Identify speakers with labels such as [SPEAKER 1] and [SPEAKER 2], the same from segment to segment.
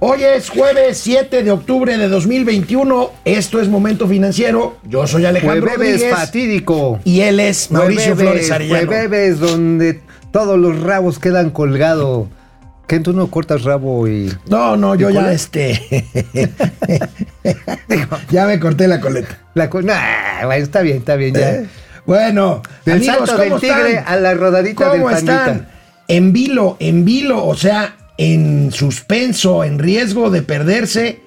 [SPEAKER 1] Hoy es jueves 7 de octubre de 2021. Esto es Momento Financiero. Yo soy Alejandro
[SPEAKER 2] Jueves
[SPEAKER 1] Rodríguez
[SPEAKER 2] fatídico.
[SPEAKER 1] y él es Mauricio
[SPEAKER 2] Jueves,
[SPEAKER 1] Flores Arellano.
[SPEAKER 2] Jueves donde todos los rabos quedan colgados. ¿Qué tú no cortas rabo y
[SPEAKER 1] No, no, yo
[SPEAKER 2] ¿Y
[SPEAKER 1] ya
[SPEAKER 2] cuál es?
[SPEAKER 1] este. ya me corté la coleta.
[SPEAKER 2] la co- Nah, bueno, está bien, está bien ya.
[SPEAKER 1] Bueno,
[SPEAKER 2] ¿Eh? Del
[SPEAKER 1] Eh, amigos,
[SPEAKER 2] salto
[SPEAKER 1] ¿cómo
[SPEAKER 2] del tigre
[SPEAKER 1] están?
[SPEAKER 2] a la rodadita del
[SPEAKER 1] ¿Cómo
[SPEAKER 2] pandita.
[SPEAKER 1] están? En vilo, en vilo, o sea, en suspenso, en riesgo de perderse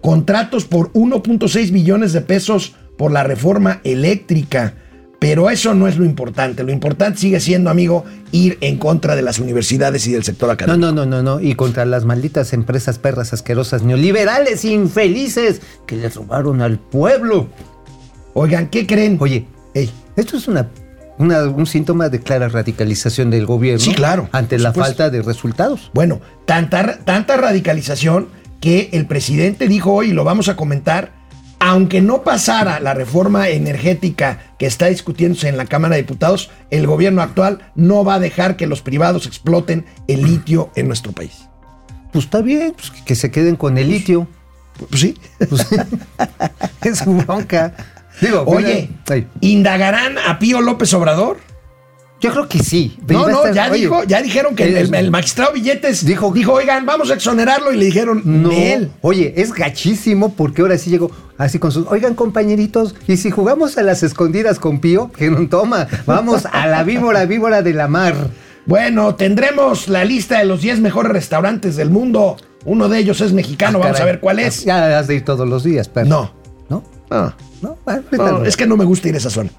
[SPEAKER 1] contratos por 1.6 billones de pesos por la reforma eléctrica. Pero eso no es lo importante. Lo importante sigue siendo, amigo, ir en contra de las universidades y del sector
[SPEAKER 2] No,
[SPEAKER 1] académico.
[SPEAKER 2] no, no, no, no. Y contra las malditas empresas perras asquerosas neoliberales infelices que le robaron al pueblo.
[SPEAKER 1] Oigan, ¿qué creen?
[SPEAKER 2] Oye,
[SPEAKER 1] Ey,
[SPEAKER 2] esto es una, una- un síntoma de clara radicalización del gobierno.
[SPEAKER 1] Sí, claro,
[SPEAKER 2] Ante
[SPEAKER 1] por
[SPEAKER 2] la
[SPEAKER 1] supuesto.
[SPEAKER 2] falta de resultados.
[SPEAKER 1] Bueno, tanta, tanta radicalización que el presidente dijo hoy, y lo vamos a comentar, aunque no pasara la reforma energética que está discutiéndose en la Cámara de Diputados, el gobierno actual no va a dejar que los privados exploten el litio en nuestro país.
[SPEAKER 2] Pues está bien, pues, que se queden con el litio.
[SPEAKER 1] Pues sí.
[SPEAKER 2] Pues, es su bronca. Digo,
[SPEAKER 1] Oye,
[SPEAKER 2] ay,
[SPEAKER 1] ¿indagarán a Pío López Obrador?
[SPEAKER 2] yo creo que sí.
[SPEAKER 1] No,
[SPEAKER 2] Va a
[SPEAKER 1] no,
[SPEAKER 2] estar-
[SPEAKER 1] ya
[SPEAKER 2] oye,
[SPEAKER 1] dijo, ya dijeron que el, el- el magistrado Billetes dijo,
[SPEAKER 2] Dijo-
[SPEAKER 1] dijo, oigan, vamos a exonerarlo y le dijeron,
[SPEAKER 2] No,
[SPEAKER 1] "Ni él.
[SPEAKER 2] oye, es gachísimo porque ahora sí llegó así con sus. Oigan, compañeritos, y si jugamos a las escondidas con Pío, que no toma, vamos a la víbora, víbora de la mar.
[SPEAKER 1] Bueno, tendremos la lista de los 10 mejores restaurantes del mundo. Uno de ellos es mexicano,
[SPEAKER 2] Ah,
[SPEAKER 1] vamos a
[SPEAKER 2] caray.
[SPEAKER 1] ver cuál es.
[SPEAKER 2] Ya has de ir todos los días, pero.
[SPEAKER 1] No,
[SPEAKER 2] ¿No?
[SPEAKER 1] no,
[SPEAKER 2] No, ahorita
[SPEAKER 1] no,
[SPEAKER 2] no.
[SPEAKER 1] es que no me gusta ir a esa zona.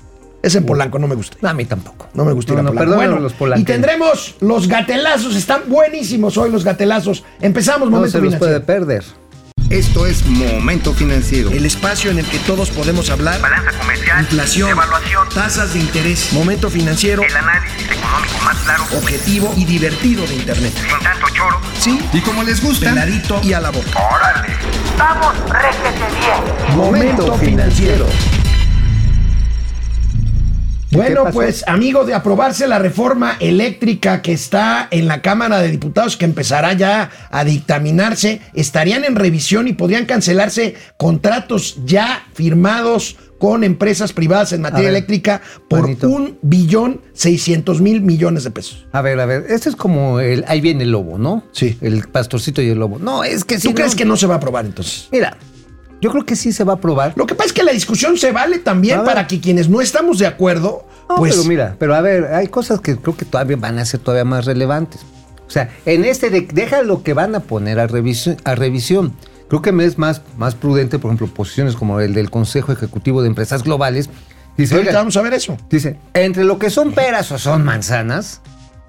[SPEAKER 1] Es en Polanco, no me gusta.
[SPEAKER 2] No, a mí tampoco.
[SPEAKER 1] No me gusta ir a
[SPEAKER 2] No, no,
[SPEAKER 1] Polanco.
[SPEAKER 2] perdón,
[SPEAKER 1] Bueno,
[SPEAKER 2] los polanqueros.
[SPEAKER 1] y tendremos los gatelazos, están buenísimos hoy los gatelazos. Empezamos
[SPEAKER 2] No
[SPEAKER 1] momento
[SPEAKER 2] se los puede
[SPEAKER 1] financiero.
[SPEAKER 2] perder.
[SPEAKER 3] Esto es Momento Financiero.
[SPEAKER 1] El espacio en el que todos podemos hablar.
[SPEAKER 4] balanza comercial,
[SPEAKER 1] Inflación,
[SPEAKER 4] evaluación,
[SPEAKER 1] tasas de interés, momento financiero,
[SPEAKER 4] el análisis económico más claro,
[SPEAKER 1] objetivo y divertido de internet.
[SPEAKER 4] sin tanto choro.
[SPEAKER 1] Sí,
[SPEAKER 3] Y como les gusta,
[SPEAKER 1] peladito y a la boca.
[SPEAKER 4] ¡Órale! ¡Vamos, réjete bien!
[SPEAKER 1] Momento financiero. Bueno,
[SPEAKER 2] pasó?
[SPEAKER 1] pues amigos, de aprobarse la reforma eléctrica que está en la Cámara de Diputados, que empezará ya a dictaminarse, estarían en revisión y podrían cancelarse contratos ya firmados con empresas privadas en materia
[SPEAKER 2] ver,
[SPEAKER 1] eléctrica por
[SPEAKER 2] Juanito.
[SPEAKER 1] un billón seiscientos mil millones de pesos.
[SPEAKER 2] A ver, a ver, este es como el. Ahí viene el lobo, ¿no?
[SPEAKER 1] Sí.
[SPEAKER 2] El pastorcito y el lobo. No, es que sí.
[SPEAKER 1] ¿Tú crees que no se va a aprobar entonces?
[SPEAKER 2] Mira, yo creo que sí se va a aprobar.
[SPEAKER 1] Lo que pasa es que la discusión se vale también
[SPEAKER 2] A ver.
[SPEAKER 1] para que quienes no estamos de acuerdo,
[SPEAKER 2] No,
[SPEAKER 1] pues
[SPEAKER 2] pero mira, pero a ver, hay cosas que creo que todavía van a ser todavía más relevantes. O sea, en este de- deja lo que van a poner a revisión, a revisión. Creo que me es más, más prudente, por ejemplo, posiciones como el del Consejo Ejecutivo de Empresas Globales. Dice,
[SPEAKER 1] ahorita
[SPEAKER 2] "Oigan,
[SPEAKER 1] vamos a ver eso.
[SPEAKER 2] Dice, entre lo que son peras o son manzanas,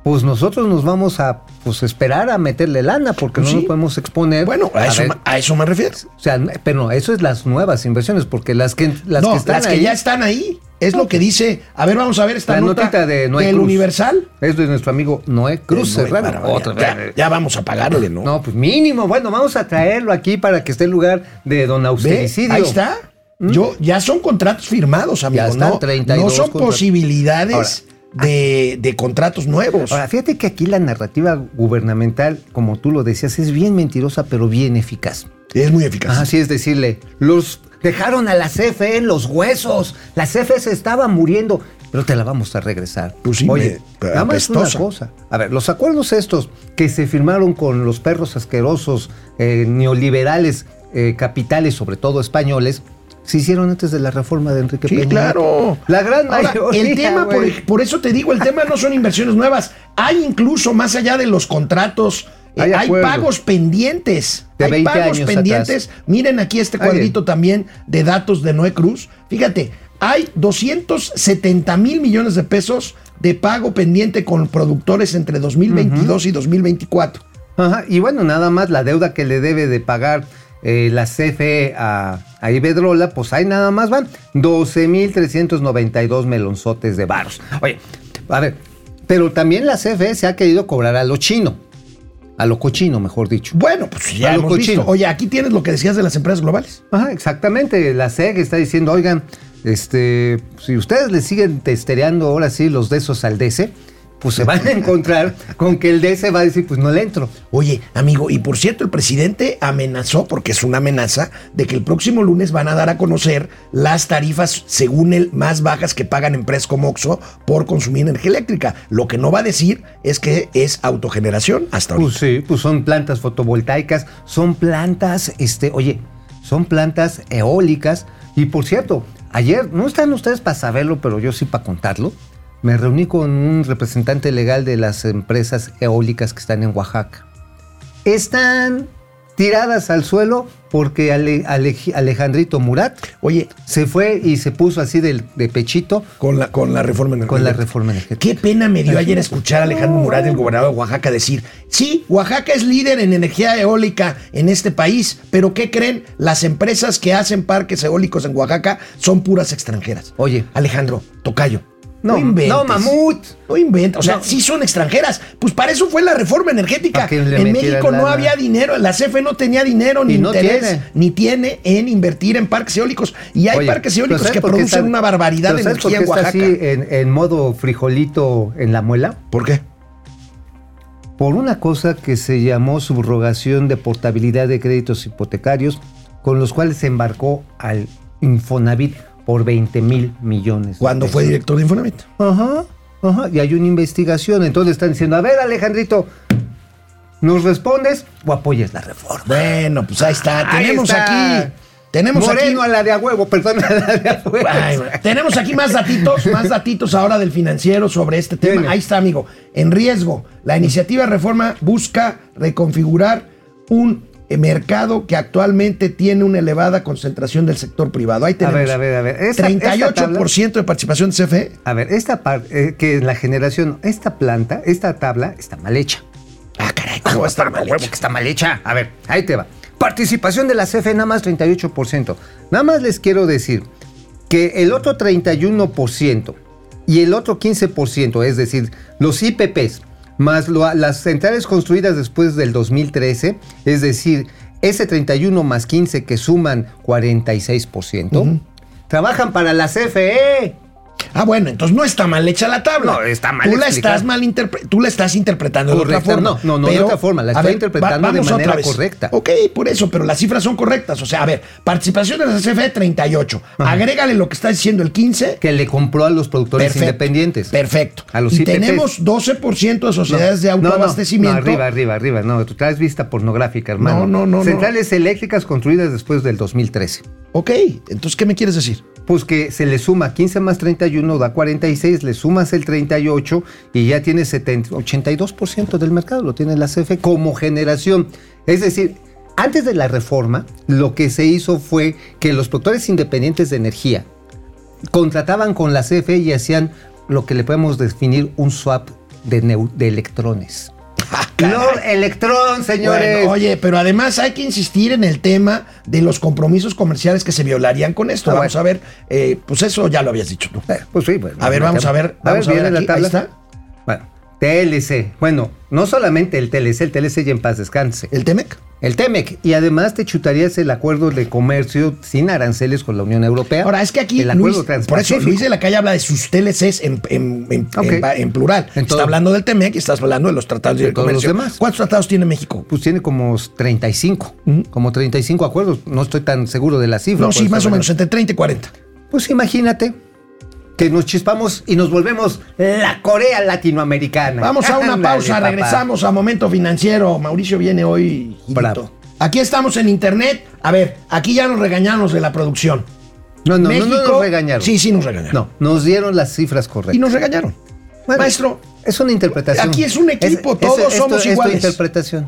[SPEAKER 2] pues nosotros nos vamos a pues, esperar a meterle lana porque
[SPEAKER 1] Pues
[SPEAKER 2] no
[SPEAKER 1] sí.
[SPEAKER 2] nos podemos exponer.
[SPEAKER 1] Bueno, a eso,
[SPEAKER 2] ver,
[SPEAKER 1] me- a eso me refiero.
[SPEAKER 2] o sea, n- pero no, eso es las nuevas inversiones, porque las que las
[SPEAKER 1] no,
[SPEAKER 2] que están
[SPEAKER 1] las que
[SPEAKER 2] ahí,
[SPEAKER 1] ya están ahí. Es lo que dice. A ver, vamos a ver esta
[SPEAKER 2] la
[SPEAKER 1] nota
[SPEAKER 2] notita de Noé
[SPEAKER 1] del
[SPEAKER 2] Cruz.
[SPEAKER 1] Universal.
[SPEAKER 2] Es de nuestro amigo Noé Cruz
[SPEAKER 1] Noé,
[SPEAKER 2] Serrano.
[SPEAKER 1] para variar.
[SPEAKER 2] Otra
[SPEAKER 1] ya,
[SPEAKER 2] vez.
[SPEAKER 1] ya vamos a pagarle, eh, ¿no?
[SPEAKER 2] No, pues mínimo. Bueno, vamos a traerlo aquí para que esté en lugar de don
[SPEAKER 1] ¿Ve?
[SPEAKER 2] austericidio.
[SPEAKER 1] Ahí está. Yo, ya son contratos firmados, amigo.
[SPEAKER 2] están
[SPEAKER 1] no,
[SPEAKER 2] 32
[SPEAKER 1] no son
[SPEAKER 2] contratos.
[SPEAKER 1] posibilidades de, de contratos nuevos.
[SPEAKER 2] Ahora, fíjate que aquí la narrativa gubernamental, como tú lo decías, es bien mentirosa, pero bien eficaz.
[SPEAKER 1] es muy eficaz.
[SPEAKER 2] Así es decirle, los dejaron a la CFE en los huesos. La CFE se estaba muriendo, pero te la vamos a regresar.
[SPEAKER 1] Pues sí,
[SPEAKER 2] Oye,
[SPEAKER 1] me-
[SPEAKER 2] nada más una
[SPEAKER 1] apestosa.
[SPEAKER 2] cosa. A ver, los acuerdos estos que se firmaron con los perros asquerosos, eh, neoliberales, eh, capitales, sobre todo españoles, se hicieron antes de la reforma de Enrique
[SPEAKER 1] Sí,
[SPEAKER 2] Peña.
[SPEAKER 1] claro.
[SPEAKER 2] La gran
[SPEAKER 1] Ahora,
[SPEAKER 2] mayoría,
[SPEAKER 1] El tema, por,
[SPEAKER 2] güey.
[SPEAKER 1] ej- por eso te digo, el tema no son inversiones nuevas. Hay incluso más allá de los contratos. eh, hay,
[SPEAKER 2] Hay acuerdos.
[SPEAKER 1] pagos pendientes.
[SPEAKER 2] De
[SPEAKER 1] hay
[SPEAKER 2] 20
[SPEAKER 1] pagos
[SPEAKER 2] años
[SPEAKER 1] pendientes. Miren aquí este
[SPEAKER 2] Ahí
[SPEAKER 1] cuadrito también de datos de Noé Cruz. Fíjate, hay 270 mil millones de pesos de pago pendiente con productores entre 2022 y 2024.
[SPEAKER 2] Ajá, y bueno, nada más la deuda que le debe de pagar eh, la CFE a, a Iberdrola, pues ahí nada más van 12.392 melonzotes de varos. Oye, a ver, pero también la CFE se ha querido cobrar a lo chino, a lo cochino, mejor dicho.
[SPEAKER 1] Bueno, pues ya
[SPEAKER 2] Algo
[SPEAKER 1] hemos
[SPEAKER 2] cochino.
[SPEAKER 1] visto. Oye, aquí tienes lo que decías de las empresas globales.
[SPEAKER 2] Ajá, exactamente, la CEG está diciendo, oigan, este, si ustedes le siguen testereando ahora sí los de esos al DC, pues se van a encontrar con que el DC va a decir, pues no le entro.
[SPEAKER 1] Oye, amigo, y por cierto, el presidente amenazó, porque es una amenaza, de que el próximo lunes van a dar a conocer las tarifas, según él, más bajas que pagan empresas como Oxxo por consumir energía eléctrica. Lo que no va a decir es que es autogeneración hasta ahorita.
[SPEAKER 2] Pues sí, pues son plantas fotovoltaicas, son plantas, este, oye, son plantas eólicas. Y por cierto, ayer, no están ustedes para saberlo, pero yo sí para contarlo. Me reuní con un representante legal de las empresas eólicas que están en Oaxaca. Están tiradas al suelo porque Ale- Alej- Alejandrito Murat
[SPEAKER 1] Oye,
[SPEAKER 2] se fue y se puso así del- de, pechito
[SPEAKER 1] con la, con la reforma energética.
[SPEAKER 2] con la reforma energética.
[SPEAKER 1] Qué pena me dio ayer escuchar a Alejandro Murat, el gobernador de Oaxaca, decir, sí, Oaxaca es líder en energía eólica en este país, pero ¿qué creen? Las empresas que hacen parques eólicos en Oaxaca son puras extranjeras.
[SPEAKER 2] Oye.
[SPEAKER 1] Alejandro, tocayo.
[SPEAKER 2] No, no, mamut.
[SPEAKER 1] No inventes. O sea,
[SPEAKER 2] No.
[SPEAKER 1] sí son extranjeras. Pues para eso fue la reforma energética.
[SPEAKER 2] Para que le
[SPEAKER 1] En
[SPEAKER 2] metieran
[SPEAKER 1] México no
[SPEAKER 2] lana.
[SPEAKER 1] había dinero. La CFE no tenía dinero ni
[SPEAKER 2] Y no
[SPEAKER 1] interés,
[SPEAKER 2] tiene.
[SPEAKER 1] ni tiene en invertir en parques eólicos. Y hay
[SPEAKER 2] Oye,
[SPEAKER 1] parques
[SPEAKER 2] ¿pero
[SPEAKER 1] eólicos
[SPEAKER 2] sabes
[SPEAKER 1] que
[SPEAKER 2] por qué
[SPEAKER 1] producen
[SPEAKER 2] está-
[SPEAKER 1] una barbaridad
[SPEAKER 2] pero
[SPEAKER 1] de
[SPEAKER 2] ¿sabes por
[SPEAKER 1] energía
[SPEAKER 2] qué
[SPEAKER 1] en Oaxaca.
[SPEAKER 2] Está así en, en modo frijolito en la muela.
[SPEAKER 1] ¿Por qué?
[SPEAKER 2] por una cosa que se llamó subrogación de portabilidad de créditos hipotecarios, con los cuales se embarcó al Infonavit por 20 mil millones. de
[SPEAKER 1] Cuando fue
[SPEAKER 2] pesos.
[SPEAKER 1] director de Infonavit.
[SPEAKER 2] Ajá, ajá, y hay una investigación. Entonces están diciendo, a ver, Alejandrito, ¿nos respondes o apoyas la reforma?
[SPEAKER 1] Bueno, pues ahí está.
[SPEAKER 2] Ahí
[SPEAKER 1] Tenemos
[SPEAKER 2] está.
[SPEAKER 1] aquí. Tenemos
[SPEAKER 2] Moreno
[SPEAKER 1] aquí.
[SPEAKER 2] a la de a huevo, perdón, a la de a huevo.
[SPEAKER 1] Ay, bueno. tenemos aquí más datitos, más datitos ahora del financiero sobre este tema.
[SPEAKER 2] Viene.
[SPEAKER 1] Ahí está, amigo. En riesgo, la iniciativa Reforma busca reconfigurar un eh, mercado que actualmente tiene una elevada concentración del sector privado. Ahí tenemos.
[SPEAKER 2] ver, a ver, a ver. Esta- esta tabla-
[SPEAKER 1] 38% de participación de E. CFE.
[SPEAKER 2] A ver, esta parte, que en la generación, esta planta, esta tabla está mal hecha.
[SPEAKER 1] Ah, caray, ¿cómo va a estar mal eh?
[SPEAKER 2] huevo
[SPEAKER 1] hecho?
[SPEAKER 2] que está mal hecha. A ver, ahí te va. Participación de la CFE nada más 38%. Nada más les quiero decir que el otro 31% y el otro 15%, es decir, los IPPs más lo- las centrales construidas después del 2013, es decir, ese 31 más 15 que suman 46%, trabajan para la E. CFE.
[SPEAKER 1] Ah, bueno, entonces no está mal hecha la tabla.
[SPEAKER 2] No, está mal
[SPEAKER 1] Tú la
[SPEAKER 2] explicada.
[SPEAKER 1] estás, mal interpre- tú la estás interpretando de otra
[SPEAKER 2] Correcta,
[SPEAKER 1] forma.
[SPEAKER 2] no, no, no, de otra forma, la
[SPEAKER 1] a
[SPEAKER 2] estoy interpretando de
[SPEAKER 1] vamos otra
[SPEAKER 2] manera
[SPEAKER 1] vez.
[SPEAKER 2] correcta.
[SPEAKER 1] Ok, por eso, pero las cifras son correctas. O sea, a ver, participación de la E CFE 38.
[SPEAKER 2] Ajá.
[SPEAKER 1] Agrégale lo que está diciendo el 15.
[SPEAKER 2] Que le compró a los productores independientes.
[SPEAKER 1] Perfecto.
[SPEAKER 2] A los
[SPEAKER 1] y
[SPEAKER 2] IPPs.
[SPEAKER 1] tenemos 12% de sociedades de
[SPEAKER 2] No, no, no,
[SPEAKER 1] autoabastecimiento.
[SPEAKER 2] no, arriba, arriba, arriba. No, tú traes vista pornográfica, hermano.
[SPEAKER 1] No, no, no,
[SPEAKER 2] Centrales eléctricas construidas después del 2013.
[SPEAKER 1] Ok, entonces, ¿qué me quieres decir?
[SPEAKER 2] Pues que se le suma 15 más 31 da 46, le sumas el 38 y ya tiene 70 82% del mercado, lo tiene la CFE como generación. Es decir, antes de la reforma, lo que se hizo fue que los productores independientes de energía contrataban con la CFE y hacían lo que le podemos definir un swap de, neu- de electrones.
[SPEAKER 1] Ah,
[SPEAKER 2] No, electrón, señores.
[SPEAKER 1] Bueno, oye, pero además hay que insistir en el tema de los compromisos comerciales que se violarían con esto.
[SPEAKER 2] Ah,
[SPEAKER 1] vamos
[SPEAKER 2] bueno.
[SPEAKER 1] a ver, eh, pues eso ya lo habías dicho tú.
[SPEAKER 2] Eh, Pues sí, bueno.
[SPEAKER 1] A ver,
[SPEAKER 2] la
[SPEAKER 1] vamos
[SPEAKER 2] tabla.
[SPEAKER 1] a ver, vamos a ver
[SPEAKER 2] viene
[SPEAKER 1] aquí,
[SPEAKER 2] la tabla.
[SPEAKER 1] ahí está.
[SPEAKER 2] Bueno, TLC. Bueno, no solamente el TLC, el TLC y en paz descanse.
[SPEAKER 1] ¿El Temec?
[SPEAKER 2] El TEMEC. Y además te chutarías el acuerdo de comercio sin aranceles con la Unión Europea.
[SPEAKER 1] Ahora, es que aquí
[SPEAKER 2] El
[SPEAKER 1] Luis,
[SPEAKER 2] acuerdo
[SPEAKER 1] por eso
[SPEAKER 2] transpacífico.
[SPEAKER 1] Luis de la Calle habla de sus TLCs en, en- en-
[SPEAKER 2] Ok.
[SPEAKER 1] en- en plural.
[SPEAKER 2] En todo.
[SPEAKER 1] está hablando del TEMEC y estás hablando de los tratados de,
[SPEAKER 2] De
[SPEAKER 1] libre
[SPEAKER 2] todos los
[SPEAKER 1] comercio.
[SPEAKER 2] demás.
[SPEAKER 1] ¿Cuántos tratados tiene México?
[SPEAKER 2] Pues tiene como 35. Como 35 acuerdos. No estoy tan seguro de la cifra.
[SPEAKER 1] Mm. No,
[SPEAKER 2] por
[SPEAKER 1] sí,
[SPEAKER 2] eso
[SPEAKER 1] más o
[SPEAKER 2] me-
[SPEAKER 1] menos, entre 30 y 40.
[SPEAKER 2] Pues imagínate que nos chispamos y nos volvemos la Corea latinoamericana.
[SPEAKER 1] Vamos a una
[SPEAKER 2] Ándale,
[SPEAKER 1] pausa,
[SPEAKER 2] papá.
[SPEAKER 1] regresamos a Momento Financiero. Mauricio viene hoy. girito.
[SPEAKER 2] Bravo.
[SPEAKER 1] Aquí estamos en internet. A ver, aquí ya nos regañamos de la producción.
[SPEAKER 2] No, no, no, no,
[SPEAKER 1] México,
[SPEAKER 2] nos regañaron.
[SPEAKER 1] Sí, sí nos regañaron.
[SPEAKER 2] No, nos dieron las cifras
[SPEAKER 1] Y
[SPEAKER 2] correctas.
[SPEAKER 1] nos regañaron.
[SPEAKER 2] Bueno,
[SPEAKER 1] Maestro,
[SPEAKER 2] Es una interpretación.
[SPEAKER 1] Aquí es un equipo, todos somos
[SPEAKER 2] es tu
[SPEAKER 1] iguales.
[SPEAKER 2] interpretación.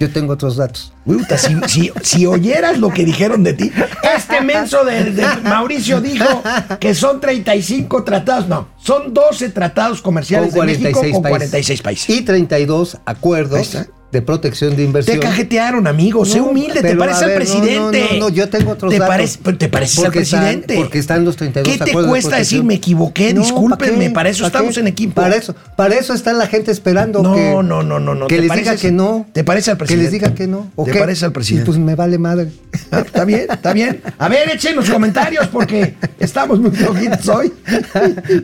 [SPEAKER 2] Yo tengo otros datos.
[SPEAKER 1] Puta, si, si- si oyeras lo que dijeron de ti, este menso de, de Mauricio dijo que son 35 tratados, no, son 12 tratados comerciales de México con 46 países.
[SPEAKER 2] Y 32
[SPEAKER 1] Ahí
[SPEAKER 2] acuerdos
[SPEAKER 1] está.
[SPEAKER 2] de protección de inversión.
[SPEAKER 1] Te cajetearon, amigo. sé
[SPEAKER 2] No,
[SPEAKER 1] humilde, te
[SPEAKER 2] pero,
[SPEAKER 1] pareces
[SPEAKER 2] a
[SPEAKER 1] al
[SPEAKER 2] ver, no,
[SPEAKER 1] presidente.
[SPEAKER 2] No, no, no, yo tengo otros
[SPEAKER 1] te
[SPEAKER 2] datos.
[SPEAKER 1] pareces- pero te pareces
[SPEAKER 2] Porque
[SPEAKER 1] al
[SPEAKER 2] están-
[SPEAKER 1] presidente.
[SPEAKER 2] porque están los 32
[SPEAKER 1] ¿Qué te
[SPEAKER 2] acuerdos de
[SPEAKER 1] cuesta decir
[SPEAKER 2] protección?
[SPEAKER 1] me equivoqué?
[SPEAKER 2] No,
[SPEAKER 1] Discúlpenme,
[SPEAKER 2] ¿para qué?
[SPEAKER 1] para eso
[SPEAKER 2] ¿Para
[SPEAKER 1] estamos
[SPEAKER 2] qué?
[SPEAKER 1] en equipo.
[SPEAKER 2] Para eso, para eso está la gente esperando
[SPEAKER 1] No,
[SPEAKER 2] que,
[SPEAKER 1] no, no, no, no.
[SPEAKER 2] que
[SPEAKER 1] ¿Te
[SPEAKER 2] les
[SPEAKER 1] pareces-
[SPEAKER 2] diga que no.
[SPEAKER 1] te parece al
[SPEAKER 2] Que les
[SPEAKER 1] presidente?
[SPEAKER 2] diga que no. ¿o
[SPEAKER 1] ¿Te
[SPEAKER 2] qué?
[SPEAKER 1] parece al presidente?
[SPEAKER 2] Y pues me vale madre.
[SPEAKER 1] Ah, Está bien, está bien. A ver, echen los comentarios porque estamos muy poquitos hoy.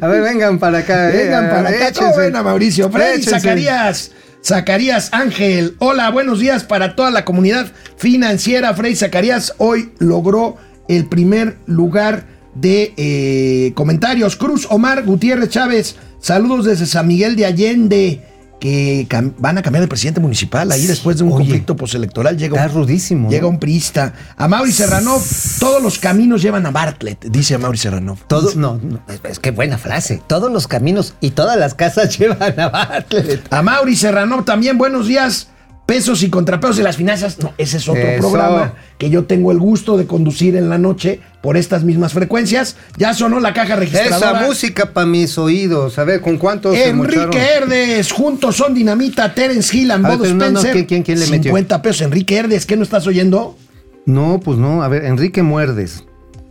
[SPEAKER 2] A ver, vengan para acá.
[SPEAKER 1] Vengan para acá.
[SPEAKER 2] Eh, échense.
[SPEAKER 1] No, ven a Mauricio. Freddy
[SPEAKER 2] Échense.
[SPEAKER 1] Zacarías. Zacarías Ángel. Hola, buenos días para toda la comunidad financiera. Freddy Zacarías hoy logró el primer lugar de eh, comentarios. Cruz Omar Gutiérrez Chávez. Saludos desde San Miguel de Allende. Que cam- van a cambiar de presidente municipal ahí
[SPEAKER 2] Sí,
[SPEAKER 1] después de un
[SPEAKER 2] oye.
[SPEAKER 1] conflicto postelectoral. Llega un-
[SPEAKER 2] Está rudísimo, ¿no?
[SPEAKER 1] Llega un priista. A Mauri Serranov, todos los caminos llevan a Bartlett, dice Mauri Serranov.
[SPEAKER 2] Todo, no, no, es- es que buena frase. Todos los caminos y todas las casas llevan a Bartlett.
[SPEAKER 1] A Mauri Serrano también, buenos días. Pesos y contrapesos de las finanzas. No, ese es otro
[SPEAKER 2] Eso.
[SPEAKER 1] programa que yo tengo el gusto de conducir en la noche por estas mismas frecuencias. Ya sonó la caja
[SPEAKER 2] Esa
[SPEAKER 1] registradora.
[SPEAKER 2] música para mis oídos. A ver, ¿con cuántos se mocharon?
[SPEAKER 1] Enrique Herdes, juntos son Dinamita, Terence Hill, and
[SPEAKER 2] A ver,
[SPEAKER 1] Bob
[SPEAKER 2] pero no, no,
[SPEAKER 1] Spencer.
[SPEAKER 2] ¿quién- quién- quién le metió?
[SPEAKER 1] 50 pesos, Enrique Herdes, ¿qué no estás oyendo?
[SPEAKER 2] No, pues no. A ver, Enrique Muerdes.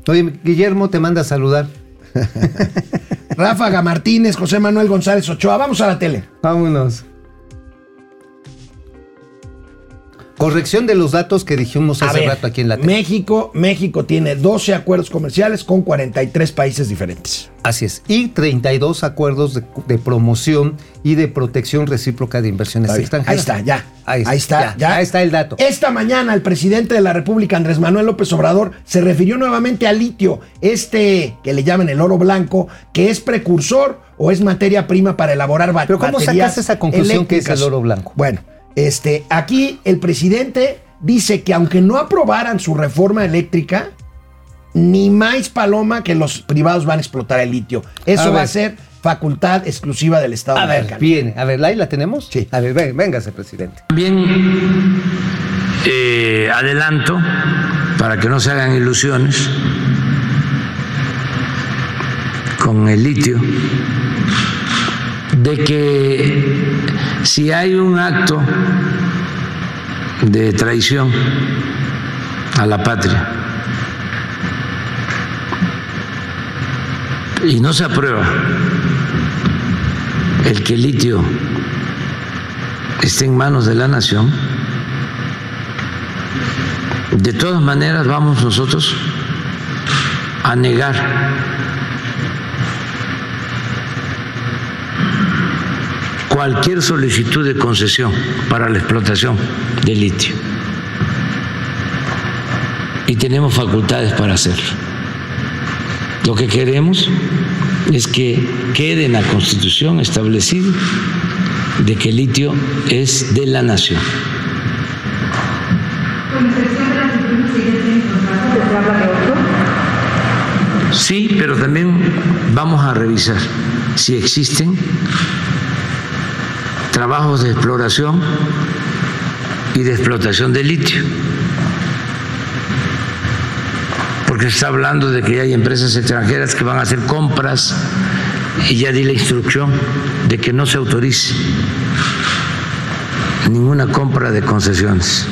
[SPEAKER 2] Oye, Guillermo te manda a saludar.
[SPEAKER 1] Ráfaga Martínez, José Manuel González Ochoa. Vamos a la tele.
[SPEAKER 2] Vámonos. Corrección de los datos que dijimos
[SPEAKER 1] A
[SPEAKER 2] hace
[SPEAKER 1] ver,
[SPEAKER 2] rato aquí en la tele.
[SPEAKER 1] México, México tiene 12 acuerdos comerciales con 43 países diferentes.
[SPEAKER 2] Así es. Y 32 acuerdos de, de promoción y de protección recíproca de inversiones
[SPEAKER 1] Está bien.
[SPEAKER 2] extranjeras.
[SPEAKER 1] Ahí está, ya.
[SPEAKER 2] Ahí está, ya. Ahí está el dato.
[SPEAKER 1] Esta mañana el presidente de la República, Andrés Manuel López Obrador, se refirió nuevamente al litio, este que le llaman el oro blanco, que es precursor o es materia prima para elaborar ba-
[SPEAKER 2] Pero ¿cómo
[SPEAKER 1] baterías
[SPEAKER 2] sacaste esa conclusión que es
[SPEAKER 1] eléctricas?
[SPEAKER 2] el oro blanco?
[SPEAKER 1] Bueno, este, aquí el presidente dice que aunque no aprobaran su reforma eléctrica, ni más paloma que los privados van a explotar el litio. Eso
[SPEAKER 2] A
[SPEAKER 1] va
[SPEAKER 2] ver.
[SPEAKER 1] a ser facultad exclusiva del Estado
[SPEAKER 2] A ver,
[SPEAKER 1] mexicano.
[SPEAKER 2] viene. A ver, ¿ahí la tenemos?
[SPEAKER 1] Sí.
[SPEAKER 2] A ver, ven- véngase, presidente.
[SPEAKER 5] También eh, adelanto, para que no se hagan ilusiones, con el litio, de que si hay un acto de traición a la patria y no se aprueba el que el litio esté en manos de la nación. De todas maneras vamos nosotros a negar cualquier solicitud de concesión para la explotación de litio. Y tenemos facultades para hacerlo. Lo que queremos es que quede en la Constitución establecido de que el litio es de la nación. Sí, pero también vamos a revisar si existen trabajos de exploración y de explotación de litio. Porque se está hablando de que ya hay empresas extranjeras que van a hacer compras y ya di la instrucción de que no se autorice ninguna compra de concesiones.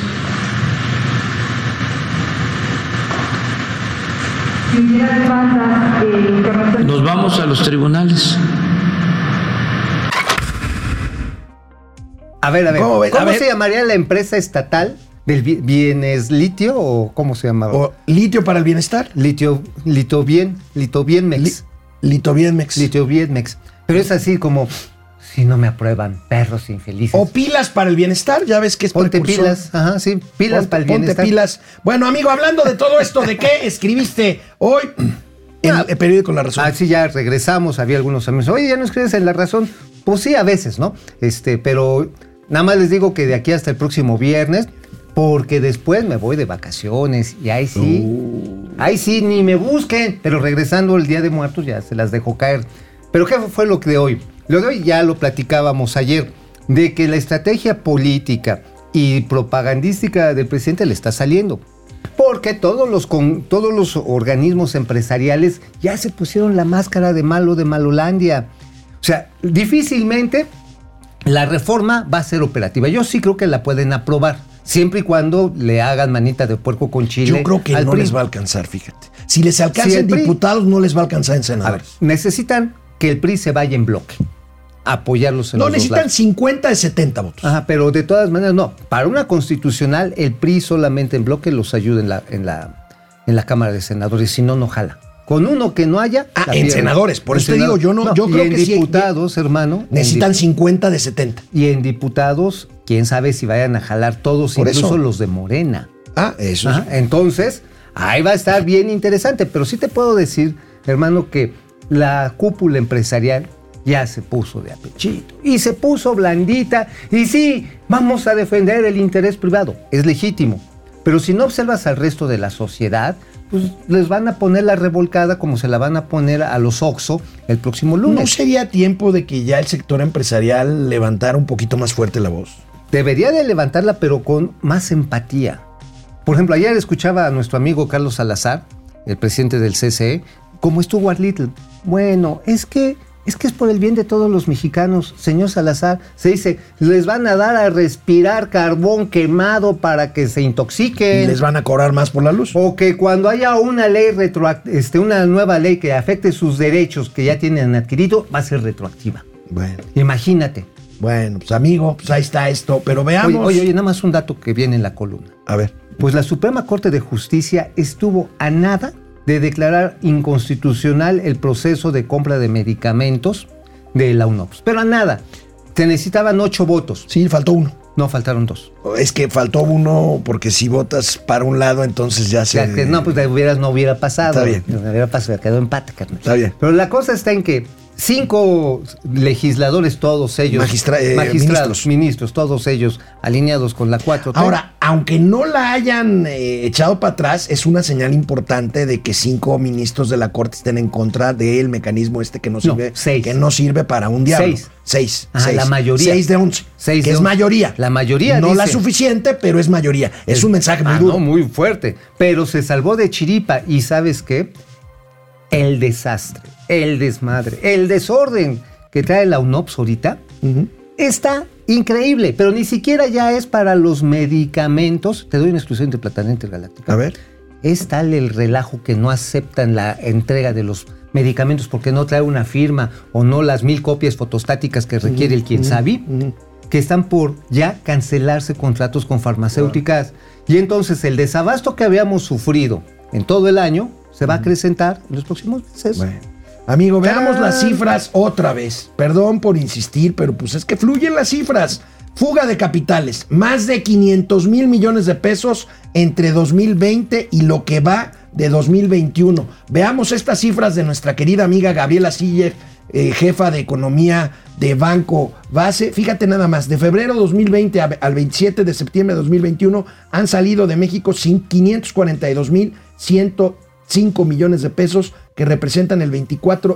[SPEAKER 5] Nos vamos a los tribunales.
[SPEAKER 2] A ver, a ver.
[SPEAKER 1] ¿Cómo
[SPEAKER 2] ¿Cómo,
[SPEAKER 1] ves? A ver.
[SPEAKER 2] se llamaría la empresa estatal del bi- bienes litio o cómo se llamaba?
[SPEAKER 1] O litio para el bienestar.
[SPEAKER 2] Litio, litio bien, litio bien
[SPEAKER 1] Li-
[SPEAKER 2] mex.
[SPEAKER 1] Litobienmex.
[SPEAKER 2] litio bien mex. Pero es así como, si no me aprueban, perros infelices.
[SPEAKER 1] O pilas para el bienestar, ya ves que es
[SPEAKER 2] ponte
[SPEAKER 1] precursor.
[SPEAKER 2] pilas. Ajá, sí. Pilas
[SPEAKER 1] Ponte-
[SPEAKER 2] para el
[SPEAKER 1] ponte
[SPEAKER 2] bienestar.
[SPEAKER 1] pilas. Bueno, amigo, hablando de todo esto, ¿de qué escribiste hoy en
[SPEAKER 2] Ah,
[SPEAKER 1] el periódico La Razón?
[SPEAKER 2] Así ya regresamos, había algunos amigos, oye, ya no escribes en La Razón. Pues sí, a veces, ¿no? Este, pero nada más les digo que de aquí hasta el próximo viernes, porque después me voy de vacaciones y ahí sí, ahí sí, ni me busquen, pero regresando el Día de Muertos ya se las dejo caer. Pero ¿qué fue lo de hoy? Lo de hoy ya lo platicábamos ayer, de que la estrategia política y propagandística del presidente le está saliendo. Porque todos los, con, todos los organismos empresariales ya se pusieron la máscara de malo de Malolandia. O sea, difícilmente La reforma va a ser operativa. Yo sí creo que la pueden aprobar, siempre y cuando le hagan manita de puerco con chile.
[SPEAKER 1] Yo creo que
[SPEAKER 2] al
[SPEAKER 1] no
[SPEAKER 2] PRI.
[SPEAKER 1] les va a alcanzar, fíjate. Si les alcanza
[SPEAKER 2] Si el
[SPEAKER 1] en
[SPEAKER 2] PRI-
[SPEAKER 1] diputados, no les va a alcanzar en
[SPEAKER 2] A ver,
[SPEAKER 1] senadores.
[SPEAKER 2] necesitan que el PRI se vaya en bloque, apoyarlos en
[SPEAKER 1] No
[SPEAKER 2] los dos
[SPEAKER 1] necesitan
[SPEAKER 2] lados.
[SPEAKER 1] 50 de 70 votos.
[SPEAKER 2] Ajá, pero de todas maneras, no. Para una constitucional, el PRI solamente en bloque los ayuda en la, en la, en la Cámara de Senadores, si no, no jala. Con uno que no haya.
[SPEAKER 1] Ah,
[SPEAKER 2] la
[SPEAKER 1] en
[SPEAKER 2] pierde.
[SPEAKER 1] senadores, por
[SPEAKER 2] En
[SPEAKER 1] eso te digo, yo no- yo
[SPEAKER 2] y
[SPEAKER 1] creo
[SPEAKER 2] en
[SPEAKER 1] que sí,
[SPEAKER 2] diputados, hermano. en
[SPEAKER 1] Necesitan
[SPEAKER 2] dip-
[SPEAKER 1] 50 de 70.
[SPEAKER 2] y en diputados, quién sabe si vayan a jalar todos,
[SPEAKER 1] Por
[SPEAKER 2] incluso
[SPEAKER 1] eso.
[SPEAKER 2] los de Morena.
[SPEAKER 1] Ah, eso
[SPEAKER 2] Ajá, Entonces, ahí va a estar bien interesante. Pero sí te puedo decir, hermano, que la cúpula empresarial ya se puso de apechito y se puso blandita. Y sí, vamos a defender el interés privado. Es legítimo. Pero si no observas al resto de la sociedad, pues les van a poner la revolcada como se la van a poner a los Oxxo el próximo lunes.
[SPEAKER 1] ¿No sería tiempo de que ya el sector empresarial levantara un poquito más fuerte la voz?
[SPEAKER 2] Debería de levantarla, pero con más empatía. Por ejemplo, ayer escuchaba a nuestro amigo Carlos Salazar, el presidente del CCE, cómo estuvo Little. Bueno, es que es que es por el bien de todos los mexicanos, señor Salazar. Se dice, les van a dar a respirar carbón quemado para que se
[SPEAKER 1] ¿Y
[SPEAKER 2] intoxiquen.
[SPEAKER 1] les van a cobrar más por la luz?
[SPEAKER 2] O que cuando haya una ley retroact- este, una nueva ley que afecte sus derechos que ya tienen adquirido, va a ser retroactiva.
[SPEAKER 1] Bueno,
[SPEAKER 2] Imagínate.
[SPEAKER 1] bueno, pues amigo, pues ahí está esto. Pero
[SPEAKER 2] Oye,
[SPEAKER 1] veamos.
[SPEAKER 2] oye, oye, nada más un dato que viene en la columna.
[SPEAKER 1] A ver.
[SPEAKER 2] Pues la Suprema Corte de Justicia estuvo a nada de declarar inconstitucional el proceso de compra de medicamentos de la UNOPS. Pero a nada. Se necesitaban ocho votos.
[SPEAKER 1] Sí, faltó uno.
[SPEAKER 2] No, faltaron dos.
[SPEAKER 1] Es que faltó uno porque si votas para un lado, entonces ya
[SPEAKER 2] O
[SPEAKER 1] se.
[SPEAKER 2] sea, que no, pues de hubieras, no hubiera pasado.
[SPEAKER 1] Está bien.
[SPEAKER 2] No hubiera pasado, quedó empate, carnal.
[SPEAKER 1] Está bien.
[SPEAKER 2] Pero la cosa está en que cinco legisladores, todos ellos,
[SPEAKER 1] Magistra- eh, ministros.
[SPEAKER 2] magistrados, ministros. todos ellos alineados con la 4T.
[SPEAKER 1] Ahora, aunque no la hayan eh, echado para atrás, es una señal importante de que cinco ministros de la Corte estén en contra del mecanismo este que no sirve,
[SPEAKER 2] seis.
[SPEAKER 1] que no sirve para un diablo.
[SPEAKER 2] Seis.
[SPEAKER 1] Seis.
[SPEAKER 2] Ajá,
[SPEAKER 1] seis.
[SPEAKER 2] la mayoría.
[SPEAKER 1] Seis de once.
[SPEAKER 2] Seis
[SPEAKER 1] que
[SPEAKER 2] de
[SPEAKER 1] es
[SPEAKER 2] once.
[SPEAKER 1] mayoría.
[SPEAKER 2] La mayoría,
[SPEAKER 1] No la
[SPEAKER 2] dice.
[SPEAKER 1] suficiente, pero es mayoría. Es, un mensaje muy
[SPEAKER 2] Ah,
[SPEAKER 1] duro.
[SPEAKER 2] no, muy fuerte. Pero se salvó de chiripa. ¿Y sabes qué? El desastre, el desmadre, el desorden que trae la UNOPS ahorita
[SPEAKER 1] Ujú.
[SPEAKER 2] está increíble. Pero ni siquiera ya es para los medicamentos. Te doy una exclusión de Platanet Intergaláctica.
[SPEAKER 1] A ver.
[SPEAKER 2] Es tal el relajo que no aceptan la entrega de los medicamentos porque no trae una firma o no las mil copias fotostáticas que requiere el quien sabe, que están por ya cancelarse contratos con farmacéuticas. Y entonces el desabasto que habíamos sufrido en todo el año se va a acrecentar en los próximos meses.
[SPEAKER 1] Bueno. Amigo, veamos
[SPEAKER 2] Tan.
[SPEAKER 1] las cifras otra vez. Perdón por insistir, pero pues es que fluyen las cifras. Fuga de capitales, más de 500 mil millones de pesos entre 2020 y lo que va de 2021. Veamos estas cifras de nuestra querida amiga Gabriela Siller, eh, jefa de economía de Banco Base. Fíjate nada más, de febrero 2020 a- al 27 de septiembre de 2021 han salido de México sin 542 mil 5 millones de pesos que representan el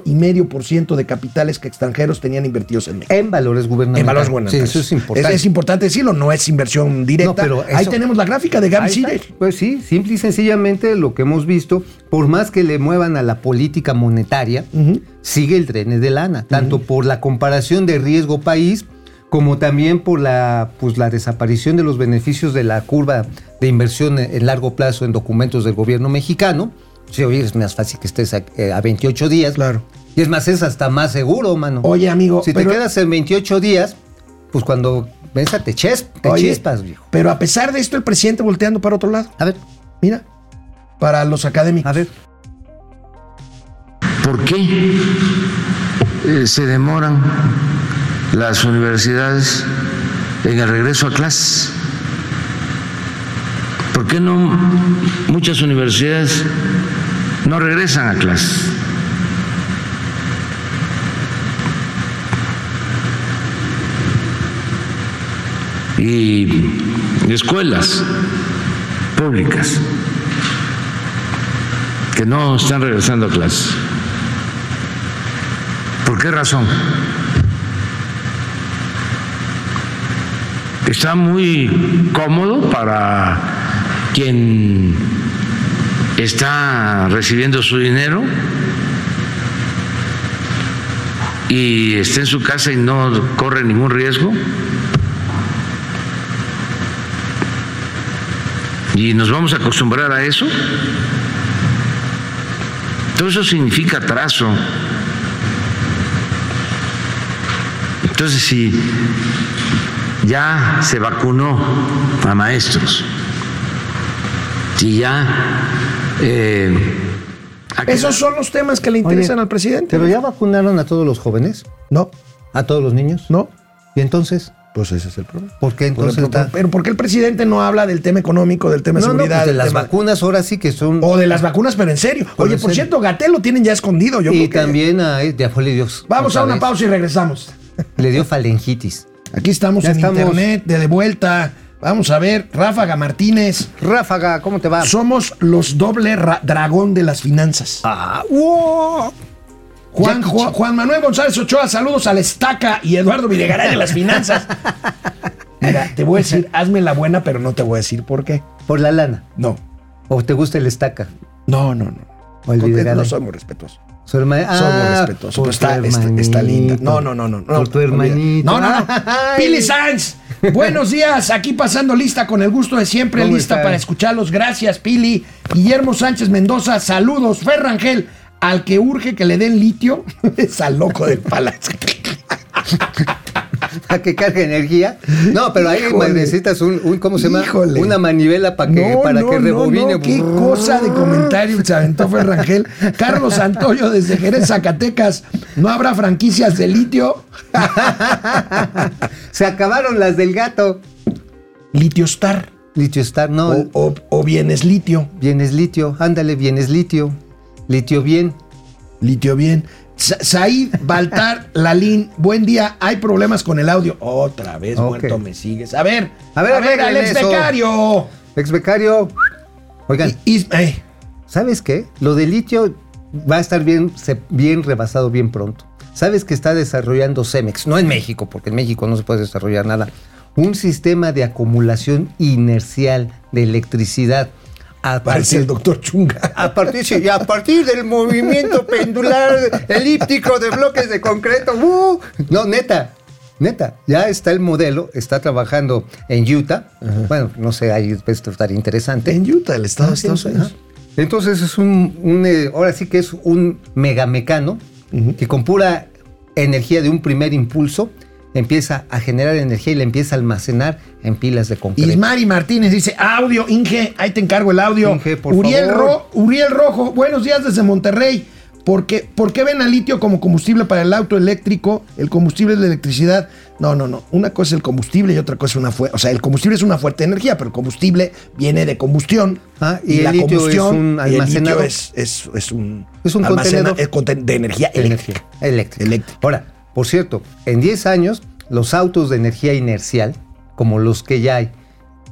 [SPEAKER 1] 24,5% de capitales que extranjeros tenían invertidos en México.
[SPEAKER 2] En valores gubernamentales.
[SPEAKER 1] En valores
[SPEAKER 2] Sí,
[SPEAKER 1] gubernamentales.
[SPEAKER 2] eso es importante.
[SPEAKER 1] Es, importante decirlo, no es inversión directa.
[SPEAKER 2] No, pero
[SPEAKER 1] Ahí
[SPEAKER 2] eso-
[SPEAKER 1] tenemos la gráfica de Gaby
[SPEAKER 2] Ahí está.
[SPEAKER 1] Siller.
[SPEAKER 2] Pues sí, simple y sencillamente lo que hemos visto, por más que le muevan a la política monetaria,
[SPEAKER 1] Ujú.
[SPEAKER 2] sigue el tren de lana, tanto por la comparación de riesgo país como también por la, pues, la desaparición de los beneficios de la curva de inversión en en largo plazo en documentos del gobierno mexicano. Sí, oye, es más fácil que estés a, eh, a 28 días.
[SPEAKER 1] Claro.
[SPEAKER 2] Y es más, es hasta más seguro, mano.
[SPEAKER 1] Oye, amigo,
[SPEAKER 2] si
[SPEAKER 1] pero-
[SPEAKER 2] te quedas en 28 días, pues cuando ves a te, ches- te
[SPEAKER 1] Oye,
[SPEAKER 2] chispas, viejo.
[SPEAKER 1] Pero a pesar de esto, el presidente volteando para otro lado.
[SPEAKER 2] A ver,
[SPEAKER 1] Mira, para los académicos.
[SPEAKER 2] a ver.
[SPEAKER 5] ¿Por qué eh, se demoran las universidades en el regreso a clases? ¿Por qué no muchas universidades no regresan a clases? Y escuelas públicas que no están regresando a clases. ¿Por qué razón? Está muy cómodo para quien está recibiendo su dinero y esté en su casa y no corre ningún riesgo? ¿Y nos vamos a acostumbrar a eso? Todo eso significa atraso. Entonces, si ya se vacunó a maestros, si ya... eh, ha
[SPEAKER 1] Esos son los temas que le interesan
[SPEAKER 2] Oye,
[SPEAKER 1] al presidente.
[SPEAKER 2] Pero ya vacunaron a todos los jóvenes,
[SPEAKER 1] No,
[SPEAKER 2] a todos los niños.
[SPEAKER 1] no.
[SPEAKER 2] ¿Y entonces?
[SPEAKER 1] Pues ese es el problema.
[SPEAKER 2] ¿Por qué
[SPEAKER 1] Pero,
[SPEAKER 2] entonces
[SPEAKER 1] pero,
[SPEAKER 2] pues, está-
[SPEAKER 1] pero ¿por qué el presidente no habla del tema económico, del tema de Oh,
[SPEAKER 2] No, no,
[SPEAKER 1] seguridad?
[SPEAKER 2] pues de
[SPEAKER 1] del
[SPEAKER 2] las
[SPEAKER 1] tema-
[SPEAKER 2] vacunas ahora sí que son...
[SPEAKER 1] O de las vacunas, pero en serio.
[SPEAKER 2] Pero
[SPEAKER 1] Oye,
[SPEAKER 2] en
[SPEAKER 1] por
[SPEAKER 2] serio.
[SPEAKER 1] cierto, Gatel lo tienen ya escondido. Yo creo
[SPEAKER 2] y
[SPEAKER 1] que-
[SPEAKER 2] también a... eh, Ya fue, le dio...
[SPEAKER 1] Vamos
[SPEAKER 2] otra
[SPEAKER 1] a una
[SPEAKER 2] vez.
[SPEAKER 1] pausa y regresamos.
[SPEAKER 2] Le dio falengitis.
[SPEAKER 1] Aquí estamos
[SPEAKER 2] Ya
[SPEAKER 1] en
[SPEAKER 2] estamos.
[SPEAKER 1] internet, de, de vuelta. Vamos a ver, Ráfaga Martínez.
[SPEAKER 2] Ráfaga, ¿cómo te va?
[SPEAKER 1] Somos los doble ra- dragón de las finanzas.
[SPEAKER 2] Ah, ¡wow!
[SPEAKER 1] Juan,
[SPEAKER 2] Jackie
[SPEAKER 1] Ju- Juan Manuel González Ochoa, saludos a la estaca y Eduardo Videgaray de las finanzas. Mira, te voy a decir, hazme la buena, pero no te voy a decir por qué.
[SPEAKER 2] Por la lana.
[SPEAKER 1] No,
[SPEAKER 2] ¿O te gusta el estaca?
[SPEAKER 1] no, no, no.
[SPEAKER 2] O el
[SPEAKER 1] Conte-
[SPEAKER 2] Videgaray.
[SPEAKER 1] No soy muy respetuoso.
[SPEAKER 2] Su hermana.
[SPEAKER 1] Soy muy
[SPEAKER 2] Ah,
[SPEAKER 1] respetuoso. pero
[SPEAKER 2] por
[SPEAKER 1] está,
[SPEAKER 2] tu
[SPEAKER 1] está- está linda.
[SPEAKER 2] hermanito.
[SPEAKER 1] No, no, no, no. no
[SPEAKER 2] Por tu
[SPEAKER 1] olvida.
[SPEAKER 2] hermanito.
[SPEAKER 1] No, no, no.
[SPEAKER 2] Ay.
[SPEAKER 1] Pili Sanz. Buenos días. Aquí pasando lista con el gusto de siempre.
[SPEAKER 2] ¿Cómo
[SPEAKER 1] Lista
[SPEAKER 2] estás?
[SPEAKER 1] para escucharlos. Gracias, Pili. Guillermo Sánchez Mendoza. Saludos. Ferrangel. Al que urge que le den litio. es al loco del palacio.
[SPEAKER 2] Para que cargue energía. No, pero ahí
[SPEAKER 1] Híjole.
[SPEAKER 2] necesitas un, un- ¿cómo se llama?
[SPEAKER 1] Híjole.
[SPEAKER 2] Una manivela para que, para que rebobine.
[SPEAKER 1] no, qué cosa de comentario se aventó Ferrangel. Carlos Antoyo desde Jerez, Zacatecas. No habrá franquicias de litio.
[SPEAKER 2] Se acabaron las del gato.
[SPEAKER 1] Litio Star.
[SPEAKER 2] Litio Star, no.
[SPEAKER 1] O, o- o bienes litio.
[SPEAKER 2] Vienes litio. Ándale, vienes litio. Litio bien.
[SPEAKER 1] Litio bien. Sa- Said Baltar Lalín, buen día. Hay problemas con el audio. Otra vez,
[SPEAKER 2] Ok.
[SPEAKER 1] muerto, me sigues. A ver,
[SPEAKER 2] A ver, arreglen
[SPEAKER 1] Alex
[SPEAKER 2] eso.
[SPEAKER 1] Becario.
[SPEAKER 2] Ex becario. Oigan,
[SPEAKER 1] Y- y- eh,
[SPEAKER 2] ¿sabes qué? Lo del litio va a estar bien, se- bien rebasado bien pronto. ¿Sabes que está desarrollando Cemex? No en México, porque en México no se puede desarrollar nada. Un sistema de acumulación inercial de electricidad. A
[SPEAKER 1] parece el
[SPEAKER 2] partir,
[SPEAKER 1] doctor Chunga.
[SPEAKER 2] a partir, sí, y a partir del movimiento pendular elíptico de bloques de concreto. ¡uh! No, neta. Neta, ya está el modelo, está trabajando en Utah. Bueno, no sé, ahí puede estar interesante.
[SPEAKER 1] En Utah, el estado de Estados
[SPEAKER 2] Ajá.
[SPEAKER 1] Unidos.
[SPEAKER 2] Ah, Entonces es un, un, eh, ahora sí que es un megamecano que con pura energía de un primer impulso empieza a generar energía y la empieza a almacenar en pilas de concreto.
[SPEAKER 1] Ismari Martínez dice, audio, Inge, ahí te encargo el audio.
[SPEAKER 2] Inge, por
[SPEAKER 1] Uriel,
[SPEAKER 2] favor.
[SPEAKER 1] Ro- Uriel Rojo, buenos días desde Monterrey. ¿Por qué, por qué ven al litio como combustible para el auto eléctrico? El combustible es la electricidad. No, no, no. Una cosa es el combustible y otra cosa es una fuerte. O sea, el combustible es una fuerte energía, pero el combustible viene de combustión.
[SPEAKER 2] Ah, y el litio es un
[SPEAKER 1] y el litio
[SPEAKER 2] almacenado.
[SPEAKER 1] es, es- es un,
[SPEAKER 2] Es un
[SPEAKER 1] almacena-
[SPEAKER 2] contenedor.
[SPEAKER 1] es conten- de energía
[SPEAKER 2] de
[SPEAKER 1] eléctrica.
[SPEAKER 2] energía eléctrica.
[SPEAKER 1] Eléctrica.
[SPEAKER 2] Ahora, por cierto, en 10 años los autos de energía inercial, como los que ya hay,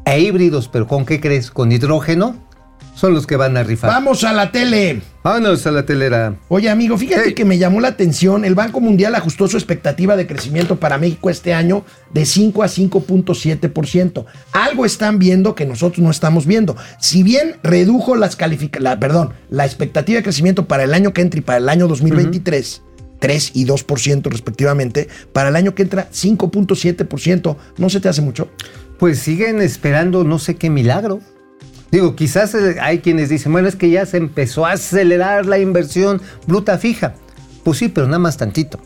[SPEAKER 2] e híbridos, pero ¿con qué crees? Con hidrógeno, son los que van a rifar.
[SPEAKER 1] Vamos a la tele.
[SPEAKER 2] Vámonos a la telera.
[SPEAKER 1] Oye, amigo, fíjate
[SPEAKER 2] Hey.
[SPEAKER 1] que me llamó la atención. El Banco Mundial ajustó su expectativa de crecimiento para México este año de 5 a 5.7%. Algo están viendo que nosotros no estamos viendo. Si bien redujo las calific- la, perdón, la expectativa de crecimiento para el año que entra y para el año 2023, 3 y 2% respectivamente, para el año que entra 5.7%, ¿no se te hace mucho?
[SPEAKER 2] Pues siguen esperando no sé qué milagro. Digo, quizás eh, hay quienes dicen, bueno, es que ya se empezó a acelerar la inversión bruta fija. Pues sí, pero nada más tantito.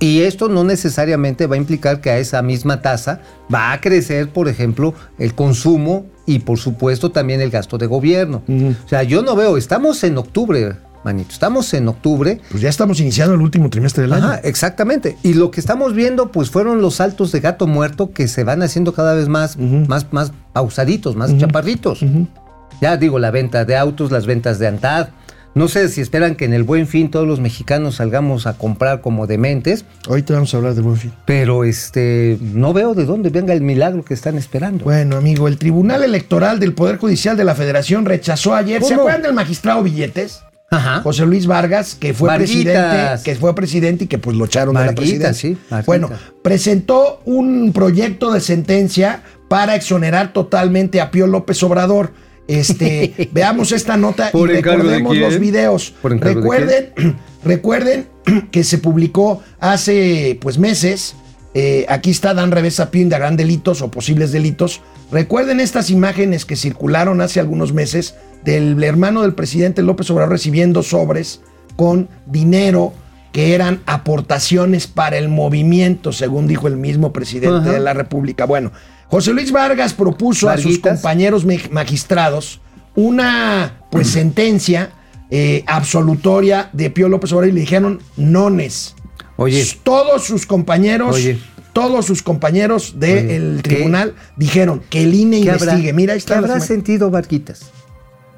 [SPEAKER 2] Y esto no necesariamente va a implicar que a esa misma tasa va a crecer, por ejemplo, el consumo y por supuesto también el gasto de gobierno. O sea, yo no veo, estamos en octubre, manito, estamos en octubre
[SPEAKER 1] Pues ya estamos iniciando el último trimestre del
[SPEAKER 2] Ajá,
[SPEAKER 1] año.
[SPEAKER 2] exactamente. Y lo que estamos viendo, pues fueron los saltos de gato muerto que se van haciendo cada vez más, más, más pausaditos, más chaparritos. Ya digo, la venta de autos, las ventas de Antad. No sé si esperan que en el buen fin todos los mexicanos salgamos a comprar como dementes,
[SPEAKER 1] Ahorita vamos a hablar del buen fin.
[SPEAKER 2] pero este no veo de dónde venga el milagro que están esperando.
[SPEAKER 1] Bueno, amigo, el Tribunal Electoral del Poder Judicial de la Federación rechazó ayer. ¿Se
[SPEAKER 2] ¿Cómo?
[SPEAKER 1] acuerdan del magistrado Billetes?
[SPEAKER 2] Ajá.
[SPEAKER 1] José Luis Vargas, que fue
[SPEAKER 2] Varguitas.
[SPEAKER 1] presidente, que fue presidente y que pues lo echaron de la
[SPEAKER 2] Varguitas,
[SPEAKER 1] presidencia.
[SPEAKER 2] sí, Varguitas.
[SPEAKER 1] bueno, presentó un proyecto de sentencia para exonerar totalmente a Pío López Obrador. Este, veamos esta nota
[SPEAKER 2] ¿Por
[SPEAKER 1] y
[SPEAKER 2] encargo de
[SPEAKER 1] recordemos
[SPEAKER 2] quién?
[SPEAKER 1] los videos.
[SPEAKER 2] ¿Por encargo de
[SPEAKER 1] Recuerden, Recuerden que se publicó hace pues meses. eh, aquí está Dan Revesa Pío indagan delitos o posibles delitos. Recuerden estas imágenes que circularon hace algunos meses del hermano del presidente López Obrador recibiendo sobres con dinero que eran aportaciones para el movimiento, según dijo el mismo presidente
[SPEAKER 2] Ajá.
[SPEAKER 1] de la República. Bueno, José Luis Vargas propuso a sus
[SPEAKER 2] Varguitas.
[SPEAKER 1] compañeros me- magistrados una pues sentencia eh, absolutoria de Pío López Obrador y le dijeron nones.
[SPEAKER 2] Oye.
[SPEAKER 1] S- todos sus compañeros,
[SPEAKER 2] Oye.
[SPEAKER 1] todos sus compañeros
[SPEAKER 2] Oye,
[SPEAKER 1] del
[SPEAKER 2] ¿qué?
[SPEAKER 1] tribunal dijeron que el INE
[SPEAKER 2] ¿Qué
[SPEAKER 1] investigue. Mira, ahí
[SPEAKER 2] ¿qué
[SPEAKER 1] está. la
[SPEAKER 2] habrá
[SPEAKER 1] semana.
[SPEAKER 2] sentido Varguitas?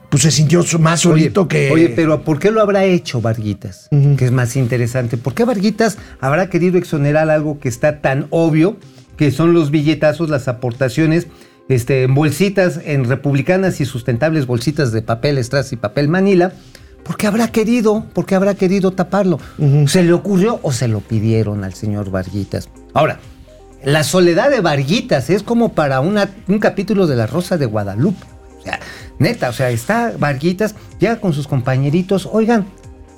[SPEAKER 1] Pues se sintió su- más solito que.
[SPEAKER 2] oye, pero ¿por qué lo habrá hecho Varguitas? Que es más interesante. ¿Por qué Varguitas habrá querido exonerar algo que está tan obvio, que son los billetazos, las aportaciones, este, en bolsitas, en republicanas y sustentables bolsitas de papel strass y papel manila? ¿Por qué habrá querido? ¿Por qué habrá querido taparlo? ¿Se le ocurrió o se lo pidieron al señor Varguitas? Ahora, la soledad de Varguitas es como para una- un capítulo de La Rosa de Guadalupe. O sea, neta, o sea, está Varguitas, llega con sus compañeritos, oigan,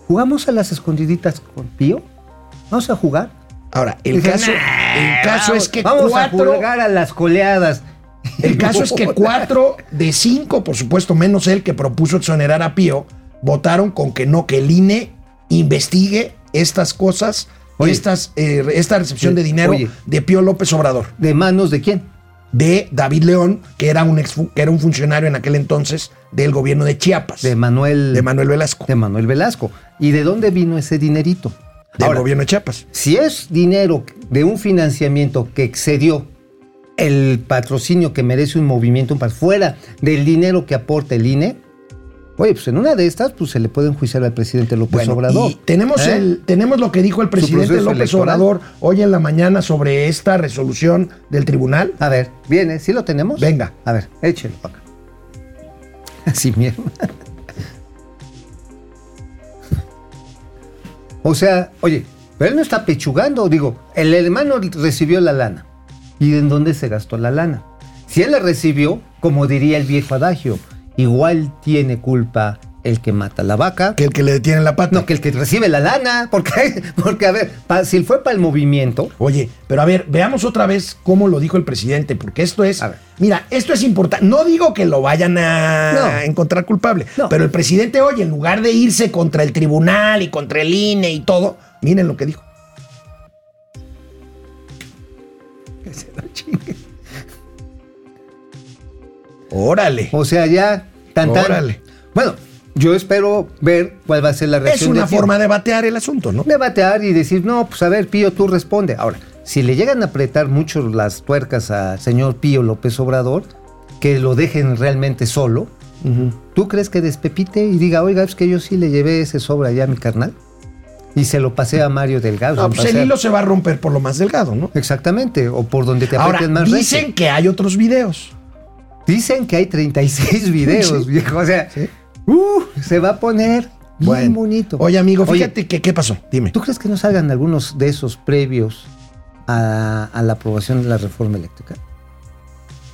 [SPEAKER 2] ¿jugamos a las escondiditas con Pío? ¿Vamos a jugar?
[SPEAKER 1] Ahora, el
[SPEAKER 2] Dije,
[SPEAKER 1] caso,
[SPEAKER 2] "Nah,
[SPEAKER 1] el caso
[SPEAKER 2] vamos-
[SPEAKER 1] es que
[SPEAKER 2] Vamos a
[SPEAKER 1] cuatro.
[SPEAKER 2] jugar a las coleadas.
[SPEAKER 1] El caso es que cuatro de cinco, por supuesto, menos él que propuso exonerar a Pío, votaron con que no, que el INE investigue estas cosas,
[SPEAKER 2] Oye.
[SPEAKER 1] estas, eh, esta recepción de dinero
[SPEAKER 2] Oye.
[SPEAKER 1] de Pío López Obrador,
[SPEAKER 2] ¿De manos de quién?
[SPEAKER 1] de David León, que era un, ex, que era un funcionario en aquel entonces del gobierno de Chiapas,
[SPEAKER 2] De
[SPEAKER 1] de,
[SPEAKER 2] Manuel,
[SPEAKER 1] Manuel Velasco,
[SPEAKER 2] de Manuel Velasco. ¿Y de dónde vino ese dinerito?
[SPEAKER 1] del
[SPEAKER 2] Ahora,
[SPEAKER 1] gobierno de Chiapas.
[SPEAKER 2] Si es dinero de un financiamiento que excedió el patrocinio que merece un movimiento para fuera del dinero que aporta el INE, oye, pues en una de estas pues se le puede enjuiciar al presidente López
[SPEAKER 1] Bueno,
[SPEAKER 2] Obrador.
[SPEAKER 1] y tenemos,
[SPEAKER 2] ¿Eh?
[SPEAKER 1] el, tenemos lo que dijo el presidente
[SPEAKER 2] proceso
[SPEAKER 1] López
[SPEAKER 2] electoral.
[SPEAKER 1] Obrador hoy en la mañana sobre esta resolución del tribunal.
[SPEAKER 2] A ver, viene, ¿sí lo tenemos?
[SPEAKER 1] Venga.
[SPEAKER 2] A ver, échelo para acá. Así mierda. O sea, oye, pero él no está pechugando. Digo, el hermano recibió la lana. ¿Y en dónde se gastó la lana? Si él la recibió, como diría el viejo adagio, igual tiene culpa el que mata la vaca.
[SPEAKER 1] Que el que le detiene la pata.
[SPEAKER 2] No, que el que recibe la lana. Porque, porque a ver, pa- si fue para el movimiento,
[SPEAKER 1] Oye, pero a ver, veamos otra vez cómo lo dijo el presidente, porque esto es.
[SPEAKER 2] A ver.
[SPEAKER 1] Mira, esto es importante. No digo que lo vayan a
[SPEAKER 2] No.
[SPEAKER 1] encontrar culpable,
[SPEAKER 2] No.
[SPEAKER 1] pero el presidente hoy, en lugar de irse contra el tribunal y contra el INE y todo, miren lo que dijo.
[SPEAKER 2] que se lo chingue.
[SPEAKER 1] Órale.
[SPEAKER 2] O sea, ya tan tan.
[SPEAKER 1] Órale.
[SPEAKER 2] Bueno, yo espero ver cuál va a ser la
[SPEAKER 1] Es
[SPEAKER 2] reacción.
[SPEAKER 1] una
[SPEAKER 2] de Pío.
[SPEAKER 1] forma de batear el asunto, ¿no?
[SPEAKER 2] de batear y decir, no, pues a ver, Pío, tú responde. Ahora, si le llegan a apretar mucho las tuercas al señor Pío López Obrador, que lo dejen realmente solo, ¿tú crees que despepite y diga, oiga, es que yo sí le llevé ese sobre allá a mi carnal? Y se lo pasé a Mario Delgado. se
[SPEAKER 1] No,
[SPEAKER 2] lo
[SPEAKER 1] pues
[SPEAKER 2] pasé
[SPEAKER 1] el
[SPEAKER 2] a-
[SPEAKER 1] hilo se va a romper por lo más delgado, ¿no?
[SPEAKER 2] Exactamente, o por donde te
[SPEAKER 1] Ahora,
[SPEAKER 2] apreten más recio.
[SPEAKER 1] dicen que hay otros videos.
[SPEAKER 2] Dicen que hay 36 videos,
[SPEAKER 1] Sí.
[SPEAKER 2] viejo. O sea,
[SPEAKER 1] Sí.
[SPEAKER 2] uh, se va a poner bien
[SPEAKER 1] Bueno.
[SPEAKER 2] bonito.
[SPEAKER 1] Oye, amigo,
[SPEAKER 2] Oye,
[SPEAKER 1] fíjate que qué pasó. Dime.
[SPEAKER 2] ¿Tú crees que no salgan algunos de esos previos a, a la aprobación de la reforma eléctrica?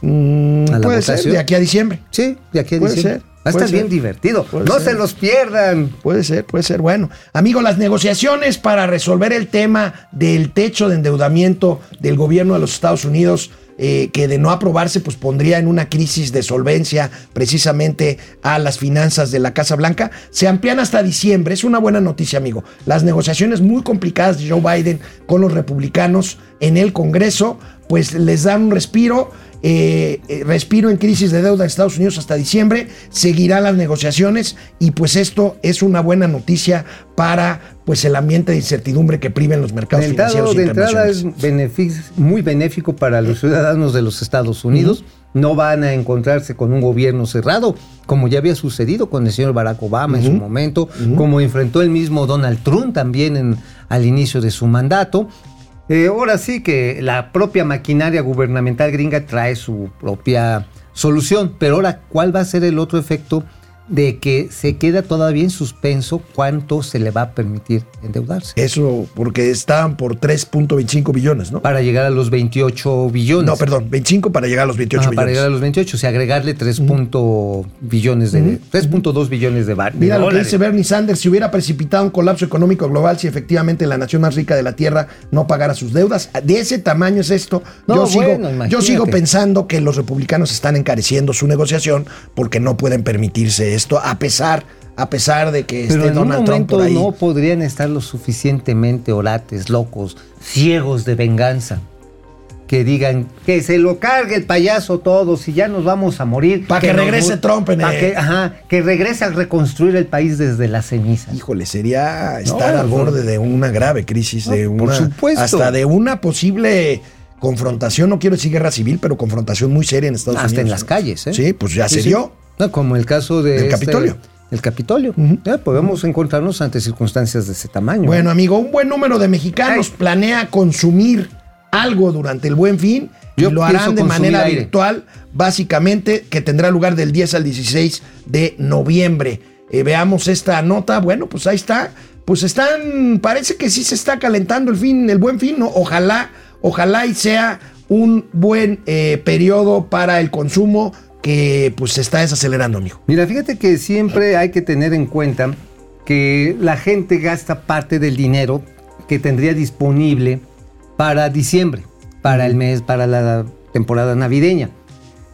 [SPEAKER 1] Mm,
[SPEAKER 2] ¿A la
[SPEAKER 1] puede ser,
[SPEAKER 2] votación?
[SPEAKER 1] de aquí a diciembre.
[SPEAKER 2] Sí, de aquí a
[SPEAKER 1] Puede
[SPEAKER 2] diciembre.
[SPEAKER 1] ser,
[SPEAKER 2] Va a
[SPEAKER 1] puede
[SPEAKER 2] estar bien
[SPEAKER 1] ser.
[SPEAKER 2] divertido.
[SPEAKER 1] Puede
[SPEAKER 2] no
[SPEAKER 1] ser.
[SPEAKER 2] se los pierdan.
[SPEAKER 1] Puede ser, puede ser. Bueno, amigo, las negociaciones para resolver el tema del techo de endeudamiento del gobierno de los Estados Unidos, eh, que de no aprobarse, pues pondría en una crisis de solvencia precisamente a las finanzas de la Casa Blanca, se amplían hasta diciembre. Es una buena noticia, amigo. Las negociaciones muy complicadas de Joe Biden con los republicanos en el Congreso, pues les dan un respiro eh, eh, respiro en crisis de deuda en Estados Unidos hasta diciembre, seguirán las negociaciones y pues esto es una buena noticia para pues el ambiente de incertidumbre que priven los mercados
[SPEAKER 2] De entrada,
[SPEAKER 1] financieros
[SPEAKER 2] de entrada
[SPEAKER 1] internacionales.
[SPEAKER 2] es benefic- muy benéfico para los ciudadanos de los Estados Unidos. No van a encontrarse con un gobierno cerrado, como ya había sucedido con el señor Barack Obama en su momento, como enfrentó el mismo Donald Trump también en- al inicio de su mandato. Eh, ahora sí que la propia maquinaria gubernamental gringa trae su propia solución, pero ahora, ¿cuál va a ser el otro efecto de que se queda todavía en suspenso cuánto se le va a permitir endeudarse.
[SPEAKER 1] Eso porque estaban por 3.25 billones, ¿no?
[SPEAKER 2] Para llegar a los 28 billones.
[SPEAKER 1] No, perdón, 25 para llegar a los 28
[SPEAKER 2] Ajá,
[SPEAKER 1] billones.
[SPEAKER 2] Ah, para llegar a los 28, o sea, agregarle 3. punto billones de 3.2 billones de, bar, de
[SPEAKER 1] Mira lo que
[SPEAKER 2] dólares.
[SPEAKER 1] dice Bernie Sanders, si hubiera precipitado un colapso económico global si efectivamente la nación más rica de la Tierra no pagara sus deudas. De ese tamaño es esto.
[SPEAKER 2] No,
[SPEAKER 1] yo,
[SPEAKER 2] bueno,
[SPEAKER 1] sigo, yo
[SPEAKER 2] imagínate.
[SPEAKER 1] sigo pensando que los republicanos están encareciendo su negociación porque no pueden permitirse esto, a pesar, a pesar de que
[SPEAKER 2] Pero
[SPEAKER 1] esté
[SPEAKER 2] en
[SPEAKER 1] Donald
[SPEAKER 2] un
[SPEAKER 1] Trump
[SPEAKER 2] momento
[SPEAKER 1] por ahí.
[SPEAKER 2] no podrían estar lo suficientemente orates, locos, ciegos de venganza. Que digan que se lo cargue el payaso todos y ya nos vamos a morir.
[SPEAKER 1] Pa' que
[SPEAKER 2] nos
[SPEAKER 1] regrese
[SPEAKER 2] mu-
[SPEAKER 1] Trump en
[SPEAKER 2] pa'
[SPEAKER 1] el-
[SPEAKER 2] que, ajá, que regrese a reconstruir el país desde las cenizas.
[SPEAKER 1] Híjole, sería estar
[SPEAKER 2] No,
[SPEAKER 1] al
[SPEAKER 2] no.
[SPEAKER 1] borde de una grave crisis, de
[SPEAKER 2] No,
[SPEAKER 1] una,
[SPEAKER 2] por supuesto.
[SPEAKER 1] hasta de una posible confrontación, no quiero decir guerra civil, pero confrontación muy seria en Estados
[SPEAKER 2] Hasta
[SPEAKER 1] Unidos.
[SPEAKER 2] en las
[SPEAKER 1] ¿no?
[SPEAKER 2] calles, ¿eh?
[SPEAKER 1] Sí, pues ya
[SPEAKER 2] Sí,
[SPEAKER 1] se
[SPEAKER 2] sí.
[SPEAKER 1] dio.
[SPEAKER 2] No, como el caso de
[SPEAKER 1] Del
[SPEAKER 2] este-
[SPEAKER 1] Capitolio.
[SPEAKER 2] El Capitolio. Ya podemos encontrarnos ante circunstancias de ese tamaño.
[SPEAKER 1] Bueno, amigo, un buen número de mexicanos
[SPEAKER 2] Ay.
[SPEAKER 1] planea consumir algo durante el Buen Fin
[SPEAKER 2] Yo
[SPEAKER 1] y lo
[SPEAKER 2] pienso
[SPEAKER 1] harán de
[SPEAKER 2] consumir
[SPEAKER 1] manera
[SPEAKER 2] aire.
[SPEAKER 1] virtual, básicamente, que tendrá lugar del 10 al 16 de noviembre. Eh, veamos esta nota. Bueno, pues ahí está. Pues están, parece que sí se está calentando el fin, el Buen Fin, ¿no? Ojalá, ojalá y sea un buen eh, periodo para el consumo que pues se está desacelerando, amigo.
[SPEAKER 2] Mira, fíjate que siempre hay que tener en cuenta que la gente gasta parte del dinero que tendría disponible para diciembre, para el mes, para la temporada navideña.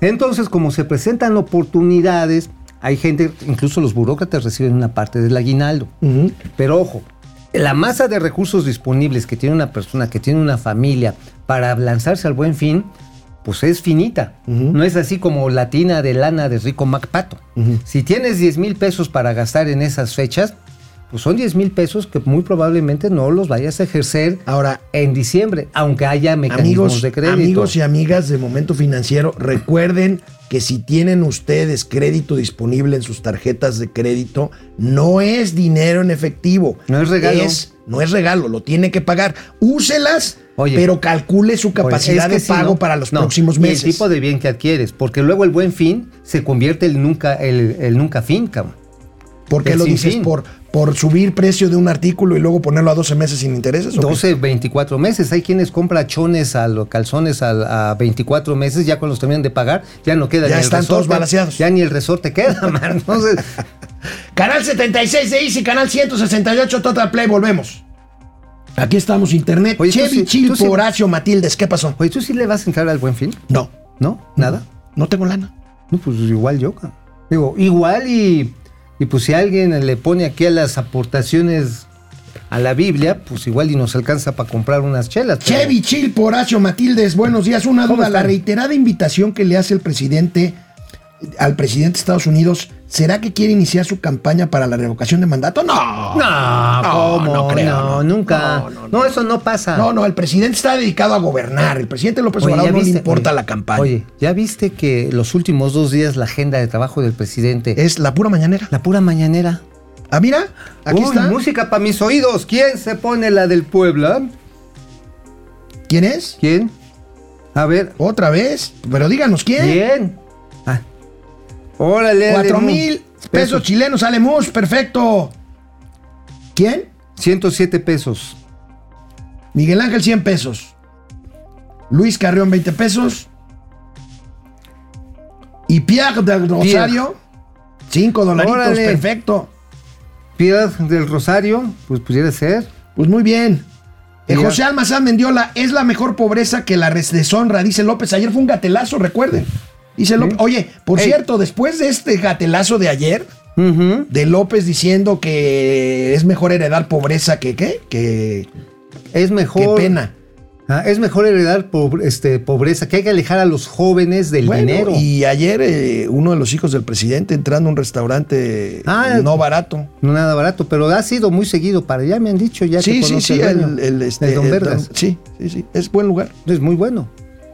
[SPEAKER 2] Entonces, como se presentan oportunidades, hay gente, incluso los burócratas reciben una parte del aguinaldo. Pero ojo, la masa de recursos disponibles que tiene una persona, que tiene una familia para lanzarse al buen fin, pues es finita. No es así como la tina de lana de Rico MacPato. Si tienes 10 mil pesos para gastar en esas fechas, pues son 10 mil pesos que muy probablemente no los vayas a ejercer
[SPEAKER 1] Ahora,
[SPEAKER 2] en diciembre, aunque haya mecanismos
[SPEAKER 1] Ah. amigos,
[SPEAKER 2] de crédito.
[SPEAKER 1] amigos y amigas de Momento Financiero, recuerden que si tienen ustedes crédito disponible en sus tarjetas de crédito, no es dinero en efectivo.
[SPEAKER 2] No es regalo.
[SPEAKER 1] Es- no es regalo, lo tiene que pagar. Úselas,
[SPEAKER 2] Oye.
[SPEAKER 1] pero calcule su capacidad
[SPEAKER 2] Pues, es que
[SPEAKER 1] de
[SPEAKER 2] sí,
[SPEAKER 1] pago
[SPEAKER 2] ¿no?
[SPEAKER 1] para los
[SPEAKER 2] No,
[SPEAKER 1] próximos
[SPEAKER 2] y
[SPEAKER 1] meses.
[SPEAKER 2] el tipo de bien que adquieres, porque luego el buen fin se convierte el nunca, el, el nunca fin, cabrón.
[SPEAKER 1] ¿Por qué
[SPEAKER 2] el
[SPEAKER 1] lo
[SPEAKER 2] sin
[SPEAKER 1] dices?
[SPEAKER 2] fin.
[SPEAKER 1] ¿Por, ¿Por subir precio de un artículo y luego ponerlo a 12 meses sin intereses? o qué?
[SPEAKER 2] 12, 24 meses. Hay quienes compran chones a los calzones a, a 24 meses, ya cuando los terminan de pagar, ya no queda
[SPEAKER 1] Ya
[SPEAKER 2] ni el
[SPEAKER 1] están
[SPEAKER 2] resorte,
[SPEAKER 1] todos balanceados.
[SPEAKER 2] Ya ni el resorte queda, man. Entonces,
[SPEAKER 1] Canal 76 de Easy, canal 168 Total Play, volvemos. Aquí estamos, internet.
[SPEAKER 2] Oye, tú
[SPEAKER 1] Chevy
[SPEAKER 2] sí-
[SPEAKER 1] Chilpo,
[SPEAKER 2] tú sí-
[SPEAKER 1] Horacio Matildes, ¿qué pasó?
[SPEAKER 2] oye, ¿tú sí le vas a entrar al buen fin?
[SPEAKER 1] No,
[SPEAKER 2] ¿No? ¿Nada?
[SPEAKER 1] no tengo lana.
[SPEAKER 2] No, pues igual yo, cabrón. Digo, igual y, y pues si alguien le pone aquí a las aportaciones a la Biblia, pues igual y nos alcanza para comprar unas chelas. pero-
[SPEAKER 1] Chevy Chilpo, Horacio Matildes, buenos días. Una
[SPEAKER 2] ¿Cómo
[SPEAKER 1] duda, la
[SPEAKER 2] están?
[SPEAKER 1] reiterada invitación que le hace el presidente al presidente de Estados Unidos, ¿será que quiere iniciar su campaña para la revocación de mandato? No.
[SPEAKER 2] No, ¿cómo?
[SPEAKER 1] no
[SPEAKER 2] No,
[SPEAKER 1] creo, no.
[SPEAKER 2] nunca.
[SPEAKER 1] No,
[SPEAKER 2] No,
[SPEAKER 1] no,
[SPEAKER 2] eso no pasa.
[SPEAKER 1] No, no, el presidente está dedicado a gobernar. El presidente López
[SPEAKER 2] Oye,
[SPEAKER 1] Obrador
[SPEAKER 2] ¿ya
[SPEAKER 1] no le
[SPEAKER 2] viste?
[SPEAKER 1] importa
[SPEAKER 2] Oye,
[SPEAKER 1] la campaña.
[SPEAKER 2] Oye, ¿ya viste que los últimos dos días la agenda de trabajo del presidente es
[SPEAKER 1] Es la pura mañanera.
[SPEAKER 2] la pura mañanera?
[SPEAKER 1] Ah, mira, aquí
[SPEAKER 2] Uy,
[SPEAKER 1] está.
[SPEAKER 2] música para mis oídos. ¿Quién se pone la del Puebla?
[SPEAKER 1] ¿Quién es?
[SPEAKER 2] ¿Quién? A ver,
[SPEAKER 1] Otra vez. Pero díganos quién.
[SPEAKER 2] ¿quién? Ah. Órale.
[SPEAKER 1] Cuatro
[SPEAKER 2] Lemus.
[SPEAKER 1] mil pesos chilenos, sale Mus, perfecto. ¿Quién?
[SPEAKER 2] 107 pesos.
[SPEAKER 1] Miguel Ángel, 100 pesos. Luis Carrión, 20 pesos. Y Pierre del Rosario, 5 dolaritos,
[SPEAKER 2] Órale.
[SPEAKER 1] perfecto.
[SPEAKER 2] Piedad del Rosario, pues pudiera ser.
[SPEAKER 1] Pues muy bien. Eh,
[SPEAKER 2] Mira.
[SPEAKER 1] José Almazán Mendiola, es la mejor pobreza que la res- deshonra, dice López. Ayer fue un gatelazo, recuerden. Dice López. Oye, por
[SPEAKER 2] Ey.
[SPEAKER 1] cierto, después de este gatelazo de ayer,
[SPEAKER 2] Ujú.
[SPEAKER 1] de López diciendo que es mejor heredar pobreza que qué, que,
[SPEAKER 2] Es mejor.
[SPEAKER 1] que pena.
[SPEAKER 2] Ah, es mejor heredar pobre- este, pobreza, que hay que alejar a los jóvenes del
[SPEAKER 1] Bueno,
[SPEAKER 2] dinero.
[SPEAKER 1] Y ayer eh, uno de los hijos del presidente entrando a un restaurante
[SPEAKER 2] Ah,
[SPEAKER 1] no barato.
[SPEAKER 2] No nada barato, pero ha sido muy seguido para allá, me han dicho ya.
[SPEAKER 1] Sí,
[SPEAKER 2] que
[SPEAKER 1] sí,
[SPEAKER 2] conoce
[SPEAKER 1] sí,
[SPEAKER 2] el,
[SPEAKER 1] el,
[SPEAKER 2] dueño,
[SPEAKER 1] el, este,
[SPEAKER 2] el Don
[SPEAKER 1] el
[SPEAKER 2] Vergas.
[SPEAKER 1] don- sí, sí, sí, es buen lugar.
[SPEAKER 2] Es muy bueno.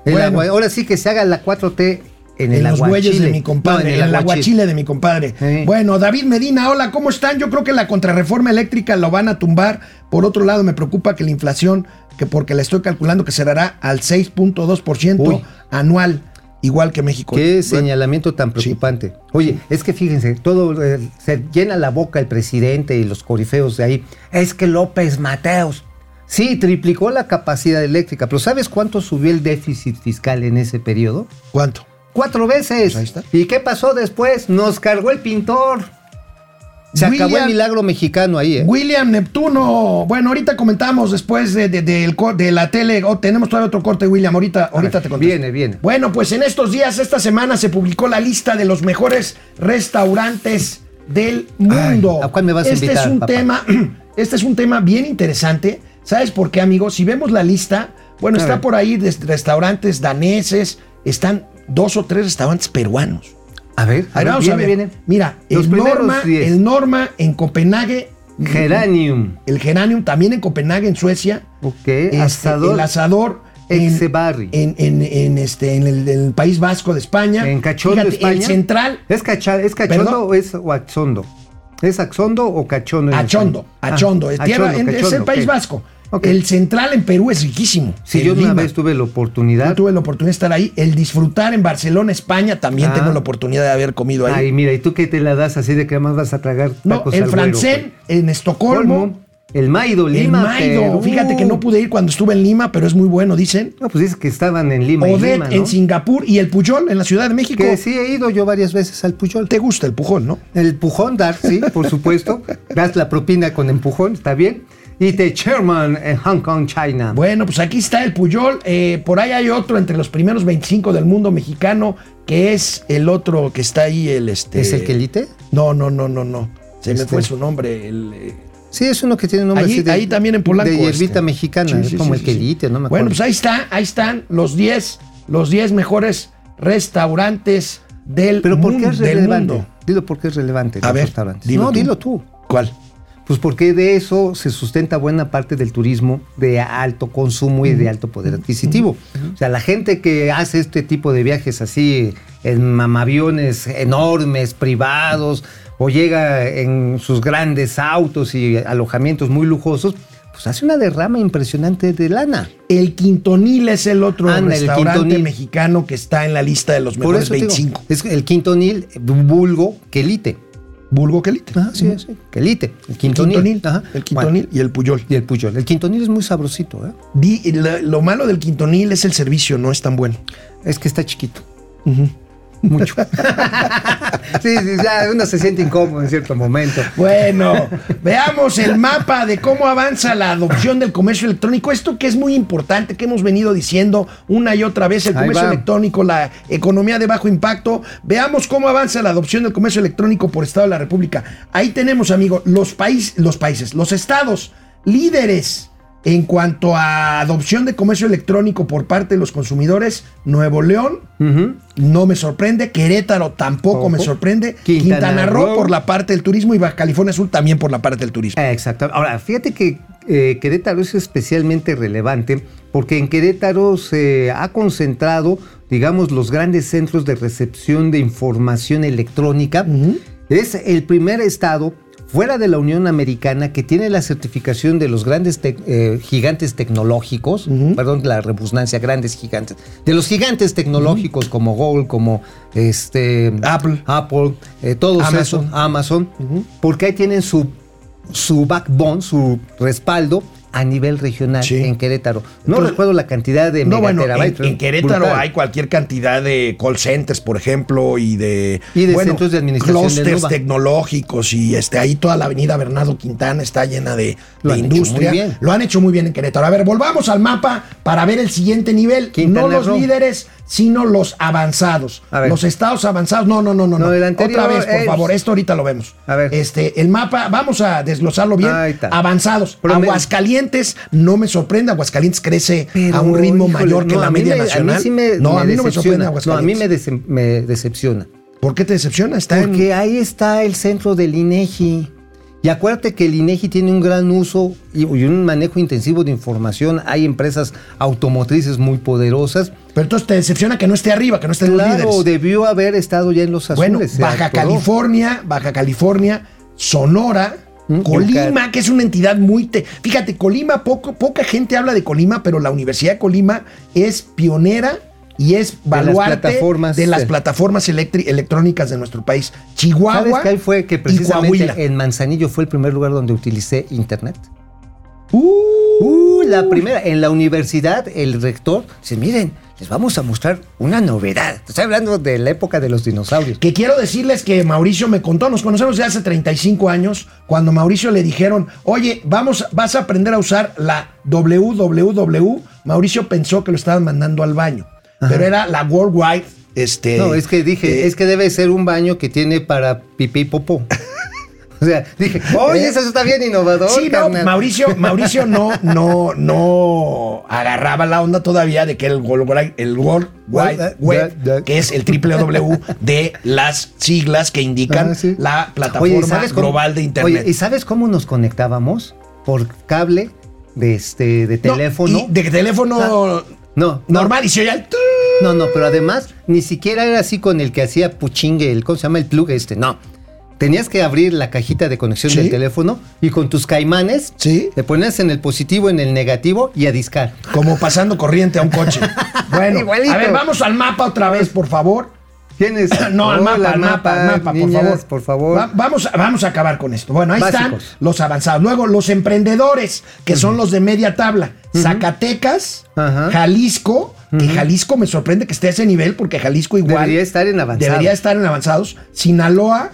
[SPEAKER 2] El
[SPEAKER 1] Bueno.
[SPEAKER 2] agua- ahora sí que se haga la 4T en
[SPEAKER 1] En,
[SPEAKER 2] el
[SPEAKER 1] los
[SPEAKER 2] aguachile.
[SPEAKER 1] bueyes de mi compadre,
[SPEAKER 2] No,
[SPEAKER 1] en el aguachile de mi compadre.
[SPEAKER 2] Sí.
[SPEAKER 1] Bueno, David Medina, hola, ¿cómo están? Yo creo que la contrarreforma eléctrica lo van a tumbar. Por otro lado, me preocupa que la inflación, que porque la estoy calculando que cerrará al 6.2%
[SPEAKER 2] Uy.
[SPEAKER 1] anual. igual que México.
[SPEAKER 2] Qué
[SPEAKER 1] Bueno,
[SPEAKER 2] señalamiento tan preocupante. Oye, es que fíjense, todo eh, se llena la boca el presidente y los corifeos de ahí. Es que López Mateos. Sí, triplicó la capacidad eléctrica, pero ¿sabes cuánto subió el déficit fiscal en ese periodo?
[SPEAKER 1] ¿Cuánto?
[SPEAKER 2] Cuatro veces.
[SPEAKER 1] Pues ahí está.
[SPEAKER 2] ¿Y qué pasó después? Nos cargó el pintor. Se acabó el
[SPEAKER 1] William-
[SPEAKER 2] milagro mexicano ahí, ¿eh?
[SPEAKER 1] William Neptuno. Bueno, ahorita comentamos después de, de- del cor- de la tele. Oh, tenemos todavía otro corte, William. Ahorita, ahorita te contesto.
[SPEAKER 2] viene, viene.
[SPEAKER 1] Bueno, pues en estos días, esta semana, se publicó la lista de los mejores restaurantes del mundo.
[SPEAKER 2] ¿a cuál me vas a
[SPEAKER 1] este
[SPEAKER 2] invitar,
[SPEAKER 1] es un
[SPEAKER 2] papá?
[SPEAKER 1] tema, este es un tema bien interesante. ¿Sabes por qué, amigos? Si vemos la lista, bueno,
[SPEAKER 2] A
[SPEAKER 1] está
[SPEAKER 2] ver.
[SPEAKER 1] por ahí des- restaurantes daneses, están dos o tres restaurantes peruanos.
[SPEAKER 2] A ver,
[SPEAKER 1] A ver, vamos a ver. Mira,
[SPEAKER 2] Los
[SPEAKER 1] el
[SPEAKER 2] primeros
[SPEAKER 1] Norma,
[SPEAKER 2] diez.
[SPEAKER 1] el Norma en Copenhague.
[SPEAKER 2] Geranium.
[SPEAKER 1] El Geranium también en Copenhague, en Suecia.
[SPEAKER 2] Ok,
[SPEAKER 1] Este,
[SPEAKER 2] asador.
[SPEAKER 1] El asador.
[SPEAKER 2] Etxebarri.
[SPEAKER 1] En, en- en, este, en el, en el País Vasco de España.
[SPEAKER 2] En Cachondo,
[SPEAKER 1] Fíjate,
[SPEAKER 2] España. Eh,
[SPEAKER 1] El central.
[SPEAKER 2] ¿Es, cacha- es cachondo
[SPEAKER 1] ¿Perdón?
[SPEAKER 2] o es o axondo? ¿Es axondo o cachondo? en
[SPEAKER 1] Achondo,
[SPEAKER 2] España? Ah,
[SPEAKER 1] Achondo, es tierra-
[SPEAKER 2] Achondo,
[SPEAKER 1] en- es
[SPEAKER 2] Cachondo,
[SPEAKER 1] el País
[SPEAKER 2] ok.
[SPEAKER 1] Vasco.
[SPEAKER 2] Ok.
[SPEAKER 1] El central en Perú es riquísimo.
[SPEAKER 2] Si
[SPEAKER 1] En
[SPEAKER 2] yo una
[SPEAKER 1] Lima.
[SPEAKER 2] vez tuve la
[SPEAKER 1] Yo
[SPEAKER 2] oportunidad.
[SPEAKER 1] tuve la oportunidad de estar ahí. El disfrutar en Barcelona, España, también
[SPEAKER 2] Ah.
[SPEAKER 1] tengo la oportunidad de haber comido ahí.
[SPEAKER 2] Ay, mira, ¿y tú qué te la das así de que más vas a tragar
[SPEAKER 1] no,
[SPEAKER 2] tacos
[SPEAKER 1] el
[SPEAKER 2] al güero,
[SPEAKER 1] francés,
[SPEAKER 2] güey?
[SPEAKER 1] en Estocolmo,
[SPEAKER 2] Colmo, El Maido,
[SPEAKER 1] el
[SPEAKER 2] Lima.
[SPEAKER 1] Maido.
[SPEAKER 2] Perú.
[SPEAKER 1] Fíjate que no pude ir cuando estuve en Lima, pero es muy bueno, dicen.
[SPEAKER 2] No, pues dices que estaban en Lima. y
[SPEAKER 1] Odet
[SPEAKER 2] Lima,
[SPEAKER 1] en
[SPEAKER 2] ¿no?
[SPEAKER 1] Singapur y el Puyol en la Ciudad de México.
[SPEAKER 2] Que sí he ido yo varias veces al Puyol.
[SPEAKER 1] Te gusta el Pujol, ¿no?
[SPEAKER 2] El pujón dar, sí, por supuesto. das la propina con empujón, está bien. Y The Chairman en Hong Kong, China.
[SPEAKER 1] Bueno, pues aquí está el Puyol. eh, por ahí hay otro entre los primeros 25 del mundo mexicano, que es el otro que está ahí, el este.
[SPEAKER 2] ¿Es el Quelite?
[SPEAKER 1] No, no, no, no, no. Se me
[SPEAKER 2] Este.
[SPEAKER 1] fue su nombre. el, eh,
[SPEAKER 2] Sí, es uno que tiene nombre
[SPEAKER 1] ahí,
[SPEAKER 2] así de,
[SPEAKER 1] ahí también en Polanco.
[SPEAKER 2] De hierbita
[SPEAKER 1] este.
[SPEAKER 2] mexicana,
[SPEAKER 1] Sí,
[SPEAKER 2] es
[SPEAKER 1] sí,
[SPEAKER 2] como
[SPEAKER 1] sí,
[SPEAKER 2] el
[SPEAKER 1] sí, sí.
[SPEAKER 2] quelite, no me acuerdo.
[SPEAKER 1] Bueno, pues ahí está, ahí están los 10, los 10 mejores restaurantes del,
[SPEAKER 2] Pero ¿por
[SPEAKER 1] mun-
[SPEAKER 2] qué es
[SPEAKER 1] del
[SPEAKER 2] relevante?
[SPEAKER 1] mundo.
[SPEAKER 2] Dilo por qué es relevante
[SPEAKER 1] A
[SPEAKER 2] los
[SPEAKER 1] ver,
[SPEAKER 2] restaurantes.
[SPEAKER 1] dilo
[SPEAKER 2] no,
[SPEAKER 1] tú.
[SPEAKER 2] dilo tú.
[SPEAKER 1] ¿Cuál?
[SPEAKER 2] Pues porque de eso se sustenta buena parte del turismo de alto consumo y de alto poder adquisitivo. O sea, la gente que hace este tipo de viajes así en mamaviones enormes, privados, o llega en sus grandes autos y alojamientos muy lujosos, pues hace una derrama impresionante de lana.
[SPEAKER 1] El Quintonil es el otro
[SPEAKER 2] Anda, el
[SPEAKER 1] restaurante
[SPEAKER 2] Quintonil.
[SPEAKER 1] mexicano que está en la lista de los mejores
[SPEAKER 2] te digo,
[SPEAKER 1] 25.
[SPEAKER 2] es el quintonil, vulgo, quelite.
[SPEAKER 1] Bulgo Quelite.
[SPEAKER 2] Ajá, Ah, sí, sí, quelite. El
[SPEAKER 1] El
[SPEAKER 2] quintonil.
[SPEAKER 1] Quintonil,
[SPEAKER 2] Ajá.
[SPEAKER 1] el Quintonil
[SPEAKER 2] Bueno,
[SPEAKER 1] y el Puyol.
[SPEAKER 2] y el puyol. El quintonil es muy sabrosito, ¿eh?
[SPEAKER 1] Di- lo, lo malo del Quintonil es el servicio, no es tan bueno.
[SPEAKER 2] Es que está chiquito. Mucho. sí, sí, ya uno se siente incómodo en cierto momento.
[SPEAKER 1] Bueno, veamos el mapa de cómo avanza la adopción del comercio electrónico. Esto que es muy importante, que hemos venido diciendo una y otra vez, el
[SPEAKER 2] Ahí
[SPEAKER 1] comercio
[SPEAKER 2] va.
[SPEAKER 1] electrónico, la economía de bajo impacto. Veamos cómo avanza la adopción del comercio electrónico por Estado de la República. Ahí tenemos, amigo, los, país- los países, los estados líderes en cuanto a adopción de comercio electrónico por parte de los consumidores. Nuevo León,
[SPEAKER 2] Ujú.
[SPEAKER 1] no me sorprende. Querétaro tampoco
[SPEAKER 2] Ojo.
[SPEAKER 1] me sorprende.
[SPEAKER 2] Quintana
[SPEAKER 1] Quintana, Roo,
[SPEAKER 2] Roo.
[SPEAKER 1] por la parte del turismo y Baja California Sur también por la parte del turismo.
[SPEAKER 2] Ah, Exacto. Ahora, fíjate que eh, Querétaro es especialmente relevante porque en Querétaro se ha concentrado, digamos, los grandes centros de recepción de información electrónica. Es el primer estado fuera de la Unión Americana que tiene la certificación de los grandes tec- eh, gigantes tecnológicos, perdón la redundancia, grandes gigantes, de los gigantes tecnológicos como Google, como este
[SPEAKER 1] Apple.
[SPEAKER 2] Apple, eh, todos
[SPEAKER 1] Amazon.
[SPEAKER 2] esos, Amazon, porque ahí tienen su, su backbone, su respaldo a nivel regional
[SPEAKER 1] Sí.
[SPEAKER 2] en Querétaro. No
[SPEAKER 1] Entonces-
[SPEAKER 2] recuerdo la cantidad de
[SPEAKER 1] No, bueno, en,
[SPEAKER 2] megaterabytes,
[SPEAKER 1] en
[SPEAKER 2] pero
[SPEAKER 1] Querétaro
[SPEAKER 2] brutal.
[SPEAKER 1] hay cualquier cantidad de call centers, por ejemplo, y de,
[SPEAKER 2] Y de
[SPEAKER 1] bueno,
[SPEAKER 2] centros de administración de
[SPEAKER 1] clústeres
[SPEAKER 2] Nuba.
[SPEAKER 1] tecnológicos y este, ahí toda la avenida Bernardo Quintana está llena de,
[SPEAKER 2] Lo
[SPEAKER 1] de
[SPEAKER 2] han hecho
[SPEAKER 1] industria.
[SPEAKER 2] muy bien.
[SPEAKER 1] Lo han hecho muy bien en Querétaro. A ver, volvamos al mapa para ver el siguiente nivel.
[SPEAKER 2] Quintana
[SPEAKER 1] no los
[SPEAKER 2] Roo.
[SPEAKER 1] líderes, sino los avanzados.
[SPEAKER 2] A ver.
[SPEAKER 1] Los estados avanzados. No, no, no, no.
[SPEAKER 2] No,
[SPEAKER 1] no.
[SPEAKER 2] el anterior
[SPEAKER 1] Otra vez, por
[SPEAKER 2] es-
[SPEAKER 1] favor. Esto ahorita lo vemos.
[SPEAKER 2] A ver.
[SPEAKER 1] Este, el mapa, vamos a desglosarlo bien.
[SPEAKER 2] Ahí está.
[SPEAKER 1] Avanzados.
[SPEAKER 2] Pero me-
[SPEAKER 1] Aguascalientes, no me sorprende. Aguascalientes crece
[SPEAKER 2] Pero,
[SPEAKER 1] a un ritmo
[SPEAKER 2] híjole,
[SPEAKER 1] mayor que
[SPEAKER 2] no,
[SPEAKER 1] la
[SPEAKER 2] a mí
[SPEAKER 1] media
[SPEAKER 2] me-
[SPEAKER 1] nacional.
[SPEAKER 2] A mí sí me,
[SPEAKER 1] no,
[SPEAKER 2] me
[SPEAKER 1] a mí no me sorprende
[SPEAKER 2] decepciona. No, a mí
[SPEAKER 1] Aguascalientes. Em,
[SPEAKER 2] me, dece- me decepciona.
[SPEAKER 1] ¿Por qué te decepciona? Está en-
[SPEAKER 2] Porque ahí está el centro del INEGI. Y acuérdate que el INEGI tiene un gran uso y, y un manejo intensivo de información. Hay empresas automotrices muy poderosas.
[SPEAKER 1] Pero entonces te decepciona que no esté arriba, que no esté en los líderes.
[SPEAKER 2] Claro, debió haber estado ya en los azules.
[SPEAKER 1] bueno,
[SPEAKER 2] se
[SPEAKER 1] Baja
[SPEAKER 2] atoró.
[SPEAKER 1] California, Baja California, Sonora,
[SPEAKER 2] Mm,
[SPEAKER 1] Colima,
[SPEAKER 2] Yucatán.
[SPEAKER 1] que es una entidad muy... te- Fíjate, Colima, poco, poca gente habla de Colima, pero la Universidad de Colima es pionera y es baluarte de las plataformas,
[SPEAKER 2] plataformas, eh.
[SPEAKER 1] electri- electrónicas de nuestro país. Chihuahua
[SPEAKER 2] ¿Sabes qué fue que
[SPEAKER 1] y Coahuila.
[SPEAKER 2] precisamente en Manzanillo fue el primer lugar donde utilicé internet? Uh, la primera, en la universidad, el rector dice, miren, les vamos a mostrar una novedad. Estoy hablando de la época de los dinosaurios.
[SPEAKER 1] Que quiero decirles que Mauricio me contó, nos conocemos desde hace 35 años, cuando Mauricio le dijeron, oye, vamos, vas a aprender a usar la WWW, Mauricio pensó que lo estaban mandando al baño, pero era la Worldwide. Este,
[SPEAKER 2] No, es que dije,
[SPEAKER 1] eh,
[SPEAKER 2] es que debe ser un baño que tiene para pipí y popó. o sea, dije, oye, eso está bien innovador,
[SPEAKER 1] ¿Eh? Sí, no,
[SPEAKER 2] carnal".
[SPEAKER 1] Mauricio, Mauricio no, no, no agarraba la onda todavía de que el World Wide, el World Wide
[SPEAKER 2] Wide, ya,
[SPEAKER 1] Web,
[SPEAKER 2] ya.
[SPEAKER 1] que es el triple W de las siglas que indican
[SPEAKER 2] Ah, sí.
[SPEAKER 1] la
[SPEAKER 2] Oye, ¿y
[SPEAKER 1] plataforma
[SPEAKER 2] sabes cómo-
[SPEAKER 1] global de Internet.
[SPEAKER 2] Oye, ¿y sabes cómo nos conectábamos? Por cable de este de
[SPEAKER 1] No,
[SPEAKER 2] teléfono.
[SPEAKER 1] y de teléfono
[SPEAKER 2] Ah, no, no,
[SPEAKER 1] normal y se oía el tu-
[SPEAKER 2] No, no, pero además ni siquiera era así con el que hacía puchingue, el, ¿cómo se llama? El plug este, no. Tenías que abrir la cajita de conexión
[SPEAKER 1] Sí.
[SPEAKER 2] del teléfono y con tus caimanes
[SPEAKER 1] Sí.
[SPEAKER 2] te ponías en el positivo, en el negativo y a discar.
[SPEAKER 1] como pasando corriente a un coche. Bueno,
[SPEAKER 2] Igualito.
[SPEAKER 1] a ver, vamos al mapa otra vez, por favor.
[SPEAKER 2] ¿Tienes?
[SPEAKER 1] No, al
[SPEAKER 2] Hola,
[SPEAKER 1] mapa, al mapa, al mapa, por
[SPEAKER 2] niñas,
[SPEAKER 1] favor.
[SPEAKER 2] por favor.
[SPEAKER 1] Va- vamos, a- vamos a acabar con esto. Bueno, ahí están
[SPEAKER 2] Básicos.
[SPEAKER 1] los avanzados. Luego, los emprendedores, que son los de media tabla. Zacatecas,
[SPEAKER 2] Ajá.
[SPEAKER 1] Jalisco, que Jalisco me sorprende que esté a ese nivel, porque Jalisco igual.
[SPEAKER 2] Debería estar en avanzados.
[SPEAKER 1] Debería estar en avanzados. Sinaloa,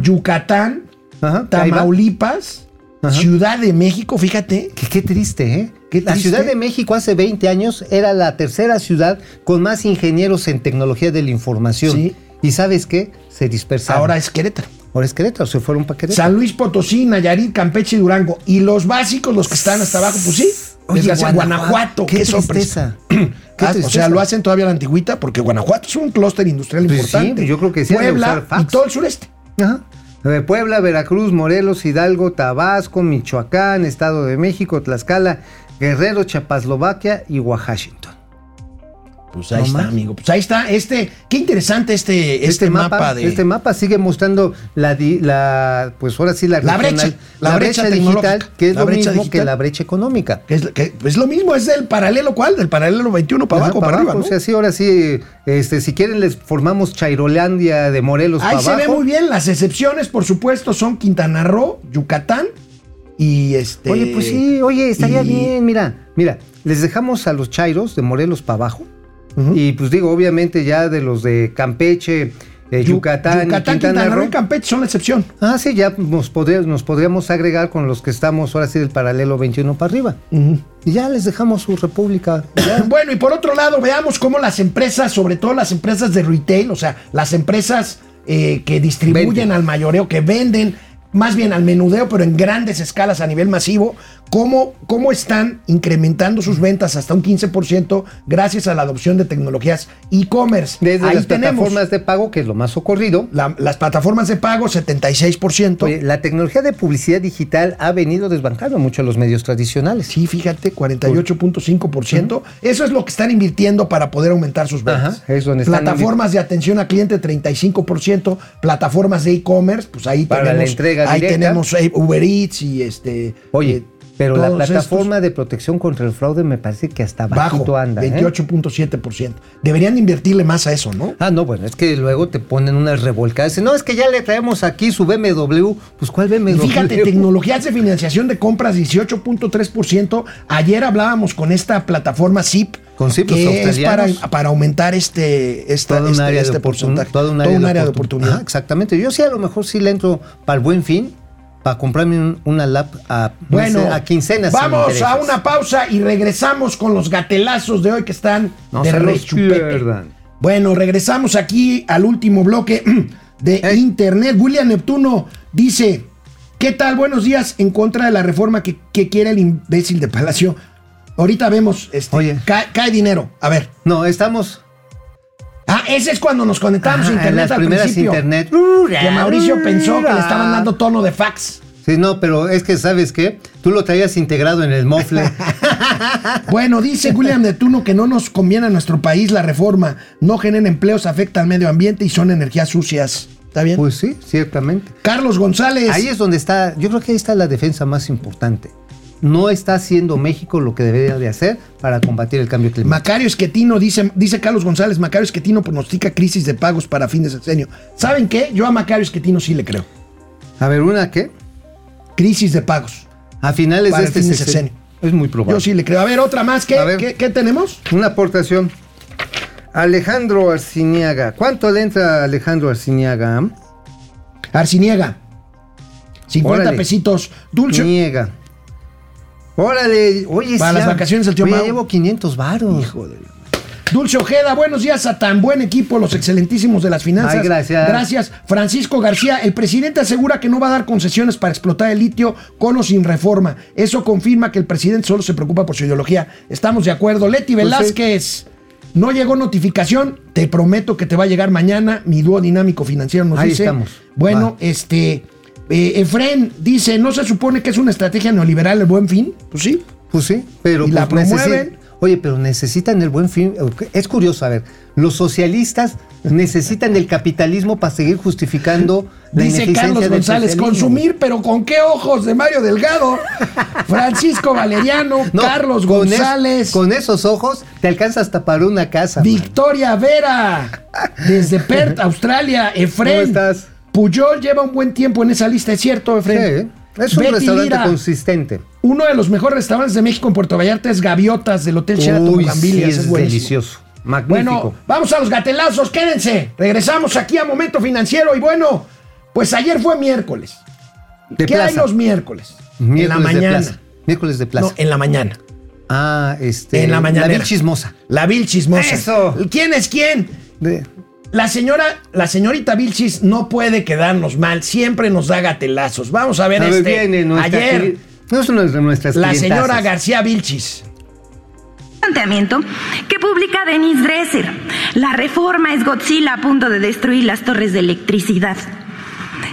[SPEAKER 1] Yucatán,
[SPEAKER 2] Ajá, ahí va.
[SPEAKER 1] Tamaulipas,
[SPEAKER 2] Ajá.
[SPEAKER 1] Ciudad de México, fíjate.
[SPEAKER 2] Que qué triste, ¿eh?
[SPEAKER 1] Qué
[SPEAKER 2] la
[SPEAKER 1] triste.
[SPEAKER 2] Ciudad de México hace 20 años era la tercera ciudad con más ingenieros en tecnología de la información.
[SPEAKER 1] Sí.
[SPEAKER 2] ¿Y sabes qué? Se dispersaron.
[SPEAKER 1] Ahora es Querétaro.
[SPEAKER 2] Ahora es Querétaro, se fueron para Querétaro.
[SPEAKER 1] San Luis Potosí, Nayarit, Campeche y Durango. Y los básicos, los que están hasta abajo, pues sí.
[SPEAKER 2] Oye,
[SPEAKER 1] Desgracia- Guanajuato, qué,
[SPEAKER 2] qué
[SPEAKER 1] sorpresa.
[SPEAKER 2] tristeza. Qué
[SPEAKER 1] Ah, o sea,
[SPEAKER 2] tristeza.
[SPEAKER 1] lo hacen todavía a la antigüita porque Guanajuato es un clúster industrial
[SPEAKER 2] Pues sí,
[SPEAKER 1] importante.
[SPEAKER 2] yo creo que sí han de
[SPEAKER 1] Puebla
[SPEAKER 2] usar fax.
[SPEAKER 1] y todo el sureste.
[SPEAKER 2] Ajá. Eh, Puebla, Veracruz, Morelos, Hidalgo, Tabasco, Michoacán, Estado de México, Tlaxcala, Guerrero, Chapaslovaquia y Washington.
[SPEAKER 1] Pues ahí
[SPEAKER 2] No
[SPEAKER 1] está,
[SPEAKER 2] más.
[SPEAKER 1] amigo. Pues ahí está este. Qué interesante este, este, mapa, de.
[SPEAKER 2] este mapa sigue mostrando la, di- la pues ahora sí la,
[SPEAKER 1] La brecha, la brecha
[SPEAKER 2] digital
[SPEAKER 1] tecnológica,
[SPEAKER 2] que es
[SPEAKER 1] la
[SPEAKER 2] lo
[SPEAKER 1] brecha
[SPEAKER 2] mismo
[SPEAKER 1] digital.
[SPEAKER 2] que la brecha económica
[SPEAKER 1] que es, que es lo mismo, es del paralelo cuál, del paralelo 21 para
[SPEAKER 2] Ajá,
[SPEAKER 1] abajo, para, arriba.
[SPEAKER 2] o
[SPEAKER 1] ¿no?
[SPEAKER 2] sea sí ahora sí este si quieren les formamos Chairolandia de Morelos
[SPEAKER 1] Ahí
[SPEAKER 2] para
[SPEAKER 1] se ve
[SPEAKER 2] abajo
[SPEAKER 1] muy bien. Las excepciones, por supuesto, son Quintana Roo, Yucatán y este.
[SPEAKER 2] oye pues sí oye estaría
[SPEAKER 1] y-
[SPEAKER 2] bien mira mira les dejamos a los Chairos de Morelos para abajo
[SPEAKER 1] Ujú.
[SPEAKER 2] y pues digo obviamente ya de los de Campeche eh,
[SPEAKER 1] Yu-
[SPEAKER 2] Yucatán, y
[SPEAKER 1] Yucatán, Quintana Roo y
[SPEAKER 2] Roo.
[SPEAKER 1] Campeche son la excepción.
[SPEAKER 2] Ah, sí, ya nos, podría- nos podríamos agregar con los que estamos ahora sí del paralelo 21 para arriba. Y ya les dejamos su república. ya.
[SPEAKER 1] Bueno, y por otro lado, veamos cómo las empresas, sobre todo las empresas de retail, o sea, las empresas eh, que distribuyen
[SPEAKER 2] Venden.
[SPEAKER 1] al mayoreo, que venden más bien al menudeo, pero en grandes escalas a nivel masivo, cómo, cómo están incrementando sus ventas hasta un 15% gracias a la adopción de tecnologías e-commerce.
[SPEAKER 2] Desde
[SPEAKER 1] Ahí
[SPEAKER 2] las
[SPEAKER 1] tenemos
[SPEAKER 2] plataformas de pago, que es lo más ocurrido.
[SPEAKER 1] la- las plataformas de pago, 76%.
[SPEAKER 2] Oye, la tecnología de publicidad digital ha venido desbancando mucho a los medios tradicionales.
[SPEAKER 1] Sí, fíjate, 48.5%. Eso es lo que están invirtiendo para poder aumentar sus ventas.
[SPEAKER 2] Ajá, es donde están
[SPEAKER 1] plataformas de atención al cliente, 35%. Plataformas de e-commerce, pues ahí
[SPEAKER 2] Para la
[SPEAKER 1] tenemos.
[SPEAKER 2] entrega
[SPEAKER 1] ahí
[SPEAKER 2] directa.
[SPEAKER 1] tenemos eh, Uber Eats y este. eh,
[SPEAKER 2] Oye, pero la
[SPEAKER 1] todos
[SPEAKER 2] plataforma de protección contra el fraude me parece que hasta
[SPEAKER 1] estos bajo,
[SPEAKER 2] bajito anda. ¿eh?
[SPEAKER 1] 28.7%. Deberían de invertirle más a eso, ¿no?
[SPEAKER 2] Ah, no, bueno, es que luego te ponen unas revolcadas. Dicen, No, es que ya le traemos aquí su BMW. Pues, ¿cuál BMW?
[SPEAKER 1] Y Fíjate, tecnologías de financiación de compras 18.3%. Ayer hablábamos con esta plataforma Zip.
[SPEAKER 2] Con Zip, los
[SPEAKER 1] que es para,
[SPEAKER 2] australianos.
[SPEAKER 1] para aumentar este, esta,
[SPEAKER 2] Todo un
[SPEAKER 1] este,
[SPEAKER 2] área de
[SPEAKER 1] este
[SPEAKER 2] oportun-
[SPEAKER 1] porcentaje.
[SPEAKER 2] Todo un área,
[SPEAKER 1] de,
[SPEAKER 2] oportun- ah,
[SPEAKER 1] oportunidad.
[SPEAKER 2] Ajá, exactamente. Yo sí a lo mejor sí le entro para el buen fin, para comprarme un- una lap a,
[SPEAKER 1] Bueno,
[SPEAKER 2] a quincenas. sin
[SPEAKER 1] Vamos a
[SPEAKER 2] intereses.
[SPEAKER 1] una pausa y regresamos con los gatelazos de hoy que están
[SPEAKER 2] No
[SPEAKER 1] de
[SPEAKER 2] se los
[SPEAKER 1] rechupete.
[SPEAKER 2] pierdan.
[SPEAKER 1] Bueno, regresamos aquí al último bloque de
[SPEAKER 2] Eh.
[SPEAKER 1] Internet. William Neptuno dice: ¿Qué tal? Buenos días. En contra de la reforma que, que quiere el imbécil de Palacio. Ahorita vemos, este,
[SPEAKER 2] Oye.
[SPEAKER 1] Cae, cae dinero. A ver.
[SPEAKER 2] No, estamos.
[SPEAKER 1] Ah, ese es cuando nos conectamos a
[SPEAKER 2] Ajá, Ah, en
[SPEAKER 1] internet
[SPEAKER 2] las
[SPEAKER 1] al
[SPEAKER 2] primeras
[SPEAKER 1] principio.
[SPEAKER 2] internet. Uh,
[SPEAKER 1] Que Mauricio pensó que le estaban dando tono de fax.
[SPEAKER 2] Sí, no, pero es que, ¿sabes qué? Tú lo traías integrado en el mofle.
[SPEAKER 1] Bueno, dice William Netuno que no nos conviene a nuestro país la reforma. No generan empleos, afecta al medio ambiente y son energías sucias. ¿Está bien?
[SPEAKER 2] pues sí, ciertamente.
[SPEAKER 1] Carlos González.
[SPEAKER 2] Ahí es donde está, yo creo que ahí está la defensa más importante. no está haciendo México lo que debería de hacer para combatir el cambio climático.
[SPEAKER 1] Macario Esquetino, dice, dice Carlos González, Macario Esquetino pronostica crisis de pagos para fin de sexenio. ¿Saben qué? Yo a Macario Esquetino sí le creo.
[SPEAKER 2] A ver, ¿una qué?
[SPEAKER 1] Crisis de pagos.
[SPEAKER 2] A finales
[SPEAKER 1] Para
[SPEAKER 2] de este
[SPEAKER 1] el fin de
[SPEAKER 2] sexenio.
[SPEAKER 1] sexenio.
[SPEAKER 2] Es muy probable.
[SPEAKER 1] Yo sí le creo. A ver, otra más. ¿Qué,
[SPEAKER 2] A ver.
[SPEAKER 1] ¿qué, qué tenemos?
[SPEAKER 2] Una aportación. Alejandro Arciniaga. ¿Cuánto le entra Alejandro Arciniaga?
[SPEAKER 1] Arciniega. 50
[SPEAKER 2] Órale.
[SPEAKER 1] pesitos. Dulce.
[SPEAKER 2] Niega. Órale, oye,
[SPEAKER 1] Para
[SPEAKER 2] sí,
[SPEAKER 1] las
[SPEAKER 2] ya-
[SPEAKER 1] vacaciones del tío
[SPEAKER 2] Oye,
[SPEAKER 1] Mau.
[SPEAKER 2] llevo 500 varos. Hijo de
[SPEAKER 1] Dulce Ojeda, buenos días a tan buen equipo, los excelentísimos de las finanzas.
[SPEAKER 2] Ay, gracias.
[SPEAKER 1] Gracias. Francisco García, el presidente asegura que no va a dar concesiones para explotar el litio con o sin reforma. Eso confirma que el presidente solo se preocupa por su ideología. Estamos de acuerdo. Leti
[SPEAKER 2] Pues sí.
[SPEAKER 1] Velázquez, no llegó notificación. Te prometo que te va a llegar mañana. Mi dúo dinámico financiero nos
[SPEAKER 2] Ahí
[SPEAKER 1] dice.
[SPEAKER 2] estamos.
[SPEAKER 1] Bueno, este. eh, Efren dice: ¿No se supone que es una estrategia neoliberal el buen fin? Pues sí.
[SPEAKER 2] Pues sí, pero
[SPEAKER 1] Y la
[SPEAKER 2] pues, necesi-
[SPEAKER 1] promueven.
[SPEAKER 2] Oye, pero necesitan el buen fin. Es curioso, a ver, los socialistas necesitan el capitalismo para seguir justificando la
[SPEAKER 1] Dice
[SPEAKER 2] ineficiencia
[SPEAKER 1] Carlos
[SPEAKER 2] del
[SPEAKER 1] González,
[SPEAKER 2] socialismo.
[SPEAKER 1] consumir, pero ¿con qué ojos de Mario Delgado? Francisco Valeriano,
[SPEAKER 2] No,
[SPEAKER 1] Carlos
[SPEAKER 2] con es-
[SPEAKER 1] González,
[SPEAKER 2] con esos ojos te alcanza hasta para una casa. man.
[SPEAKER 1] Victoria Vera, desde Perth, Australia, Efren.
[SPEAKER 2] ¿Cómo estás?
[SPEAKER 1] Puyol lleva un buen tiempo en esa lista, ¿es cierto,
[SPEAKER 2] Sí, ¿eh?
[SPEAKER 1] Efren?
[SPEAKER 2] es un
[SPEAKER 1] Betty
[SPEAKER 2] restaurante
[SPEAKER 1] Lira,
[SPEAKER 2] consistente.
[SPEAKER 1] Uno de los mejores restaurantes de México en Puerto Vallarta es Gaviotas del Hotel Sheraton
[SPEAKER 2] Uy, sí,
[SPEAKER 1] Bugambilias,
[SPEAKER 2] es,
[SPEAKER 1] buenísimo.
[SPEAKER 2] delicioso. Magnífico.
[SPEAKER 1] Bueno, vamos a los gatelazos, quédense. Regresamos aquí a Momento Financiero y bueno, pues ayer fue miércoles.
[SPEAKER 2] de
[SPEAKER 1] ¿Qué hay
[SPEAKER 2] plaza.
[SPEAKER 1] los miércoles?
[SPEAKER 2] Miércoles
[SPEAKER 1] en la
[SPEAKER 2] de
[SPEAKER 1] mañana.
[SPEAKER 2] plaza. Miércoles de plaza.
[SPEAKER 1] No, en la mañana.
[SPEAKER 2] ah, este.
[SPEAKER 1] en la mañanera.
[SPEAKER 2] La vil chismosa.
[SPEAKER 1] La Vil chismosa.
[SPEAKER 2] Eso.
[SPEAKER 1] ¿Quién es quién?
[SPEAKER 2] De-
[SPEAKER 1] La señora, la señorita Vilchis no puede quedarnos mal, siempre nos da gatelazos. Vamos a ver
[SPEAKER 2] A ver,
[SPEAKER 1] este.
[SPEAKER 2] viene eh, nuestra
[SPEAKER 1] Ayer,
[SPEAKER 2] cli- No es una de nuestras
[SPEAKER 1] la
[SPEAKER 2] clientazas.
[SPEAKER 1] señora García Vilchis.
[SPEAKER 6] planteamiento que publica Denise Dresser. La reforma es Godzilla a punto de destruir las torres de electricidad.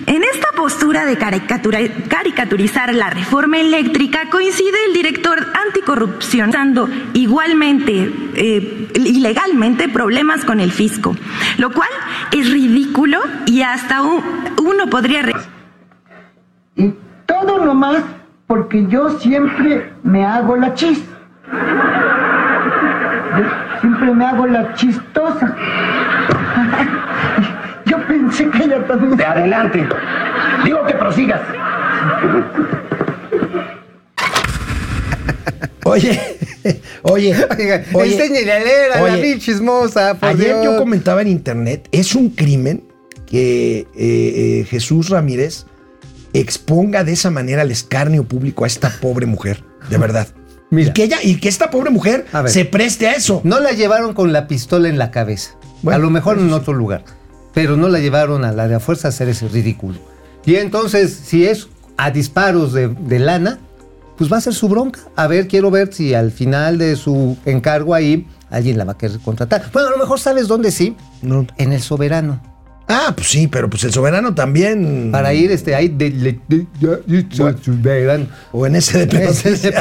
[SPEAKER 6] En esta postura de caricatura- caricaturizar la reforma eléctrica coincide el director anticorrupción, dando igualmente, eh, ilegalmente, problemas con el fisco, lo cual es ridículo y hasta u- uno podría... re-
[SPEAKER 7] Y todo nomás porque yo siempre me hago la chis. Yo siempre me hago la chistosa. Yo pensé que ella también.
[SPEAKER 8] Adelante. Digo que prosigas.
[SPEAKER 1] Oye, oye,
[SPEAKER 2] Oiga,
[SPEAKER 1] oye,
[SPEAKER 2] enséñele a leer a la
[SPEAKER 1] oye,
[SPEAKER 2] vil chismosa, por
[SPEAKER 1] Ayer
[SPEAKER 2] Dios.
[SPEAKER 1] yo comentaba en internet, es un crimen que eh, eh, Jesús Ramírez exponga de esa manera el escarnio público a esta pobre mujer, de verdad.
[SPEAKER 2] Mira.
[SPEAKER 1] Y que ella, y que esta pobre mujer
[SPEAKER 2] A ver.
[SPEAKER 1] se preste a eso.
[SPEAKER 2] No la llevaron con la pistola en la cabeza.
[SPEAKER 1] Bueno,
[SPEAKER 2] a lo mejor
[SPEAKER 1] eso
[SPEAKER 2] en
[SPEAKER 1] sí.
[SPEAKER 2] otro lugar. Pero no la llevaron a la de a fuerza a hacer ese ridículo. Y entonces, si es a disparos de, de lana, pues va a ser su bronca. A ver, quiero ver si al final de su encargo ahí alguien la va a querer contratar. Bueno, a lo mejor sabes dónde sí.
[SPEAKER 1] No.
[SPEAKER 2] En el soberano.
[SPEAKER 1] Ah, pues sí, pero pues el soberano también.
[SPEAKER 2] Para ir este, ahí de, de- de- de- de- soberano.
[SPEAKER 1] O en ese de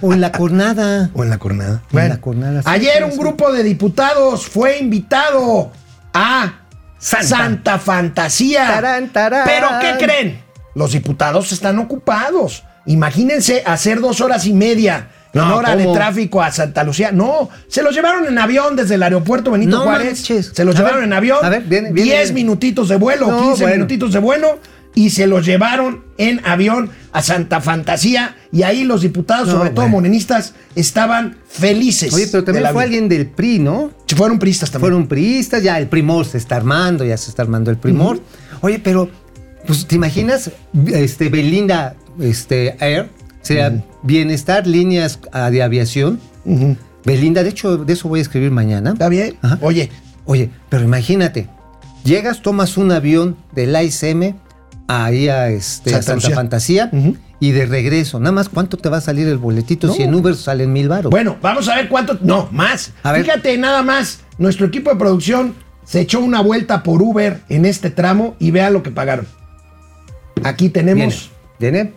[SPEAKER 2] o en la cornada.
[SPEAKER 1] O en la cornada.
[SPEAKER 2] la cornada, sí,
[SPEAKER 1] ayer
[SPEAKER 2] sí,
[SPEAKER 1] un
[SPEAKER 2] sí.
[SPEAKER 1] grupo de diputados fue invitado a Santa,
[SPEAKER 2] Santa.
[SPEAKER 1] Fantasía.
[SPEAKER 2] Tarán, tarán.
[SPEAKER 1] Pero ¿qué creen? Los diputados están ocupados. Imagínense hacer dos horas y media en
[SPEAKER 2] No,
[SPEAKER 1] hora de
[SPEAKER 2] ¿cómo?
[SPEAKER 1] tráfico a Santa Lucía. No, se los llevaron en avión desde el aeropuerto Benito
[SPEAKER 2] No
[SPEAKER 1] Juárez.
[SPEAKER 2] manches.
[SPEAKER 1] Se los
[SPEAKER 2] A
[SPEAKER 1] llevaron
[SPEAKER 2] ver,
[SPEAKER 1] en avión.
[SPEAKER 2] a ver, viene, viene,
[SPEAKER 1] 10
[SPEAKER 2] viene.
[SPEAKER 1] minutitos de vuelo,
[SPEAKER 2] No,
[SPEAKER 1] 15
[SPEAKER 2] bueno.
[SPEAKER 1] minutitos de vuelo. Y se los llevaron en avión a Santa Fantasía. Y ahí los diputados,
[SPEAKER 2] No,
[SPEAKER 1] sobre todo
[SPEAKER 2] bueno.
[SPEAKER 1] morenistas, estaban felices.
[SPEAKER 2] Oye, pero
[SPEAKER 1] de la
[SPEAKER 2] también
[SPEAKER 1] vida.
[SPEAKER 2] fue alguien del PRI, ¿no?
[SPEAKER 1] Fueron pristas también.
[SPEAKER 2] Fueron priistas, ya el primor se está armando, ya se está armando el primor. Oye, pero, pues, ¿te imaginas? Este, Belinda, este, Air, o sea, bienestar, líneas ah, de aviación.
[SPEAKER 1] Ujú.
[SPEAKER 2] Belinda, de hecho, de eso voy a escribir mañana.
[SPEAKER 1] Está bien.
[SPEAKER 2] Ajá.
[SPEAKER 1] Oye,
[SPEAKER 2] Oye, pero imagínate, llegas, tomas un avión del AICM ahí a, este,
[SPEAKER 1] Santa
[SPEAKER 2] a Santa
[SPEAKER 1] Lucía.
[SPEAKER 2] Fantasía
[SPEAKER 1] Ujú.
[SPEAKER 2] y de regreso, nada más, ¿cuánto te va a salir el boletito?
[SPEAKER 1] No.
[SPEAKER 2] Si en Uber salen mil baros.
[SPEAKER 1] bueno, vamos a ver cuánto. No, más.
[SPEAKER 2] A ver.
[SPEAKER 1] Fíjate, nada más. Nuestro equipo de producción se echó una vuelta por Uber en este tramo y vea lo que pagaron. Aquí
[SPEAKER 2] Viene,
[SPEAKER 1] tenemos.
[SPEAKER 2] viene,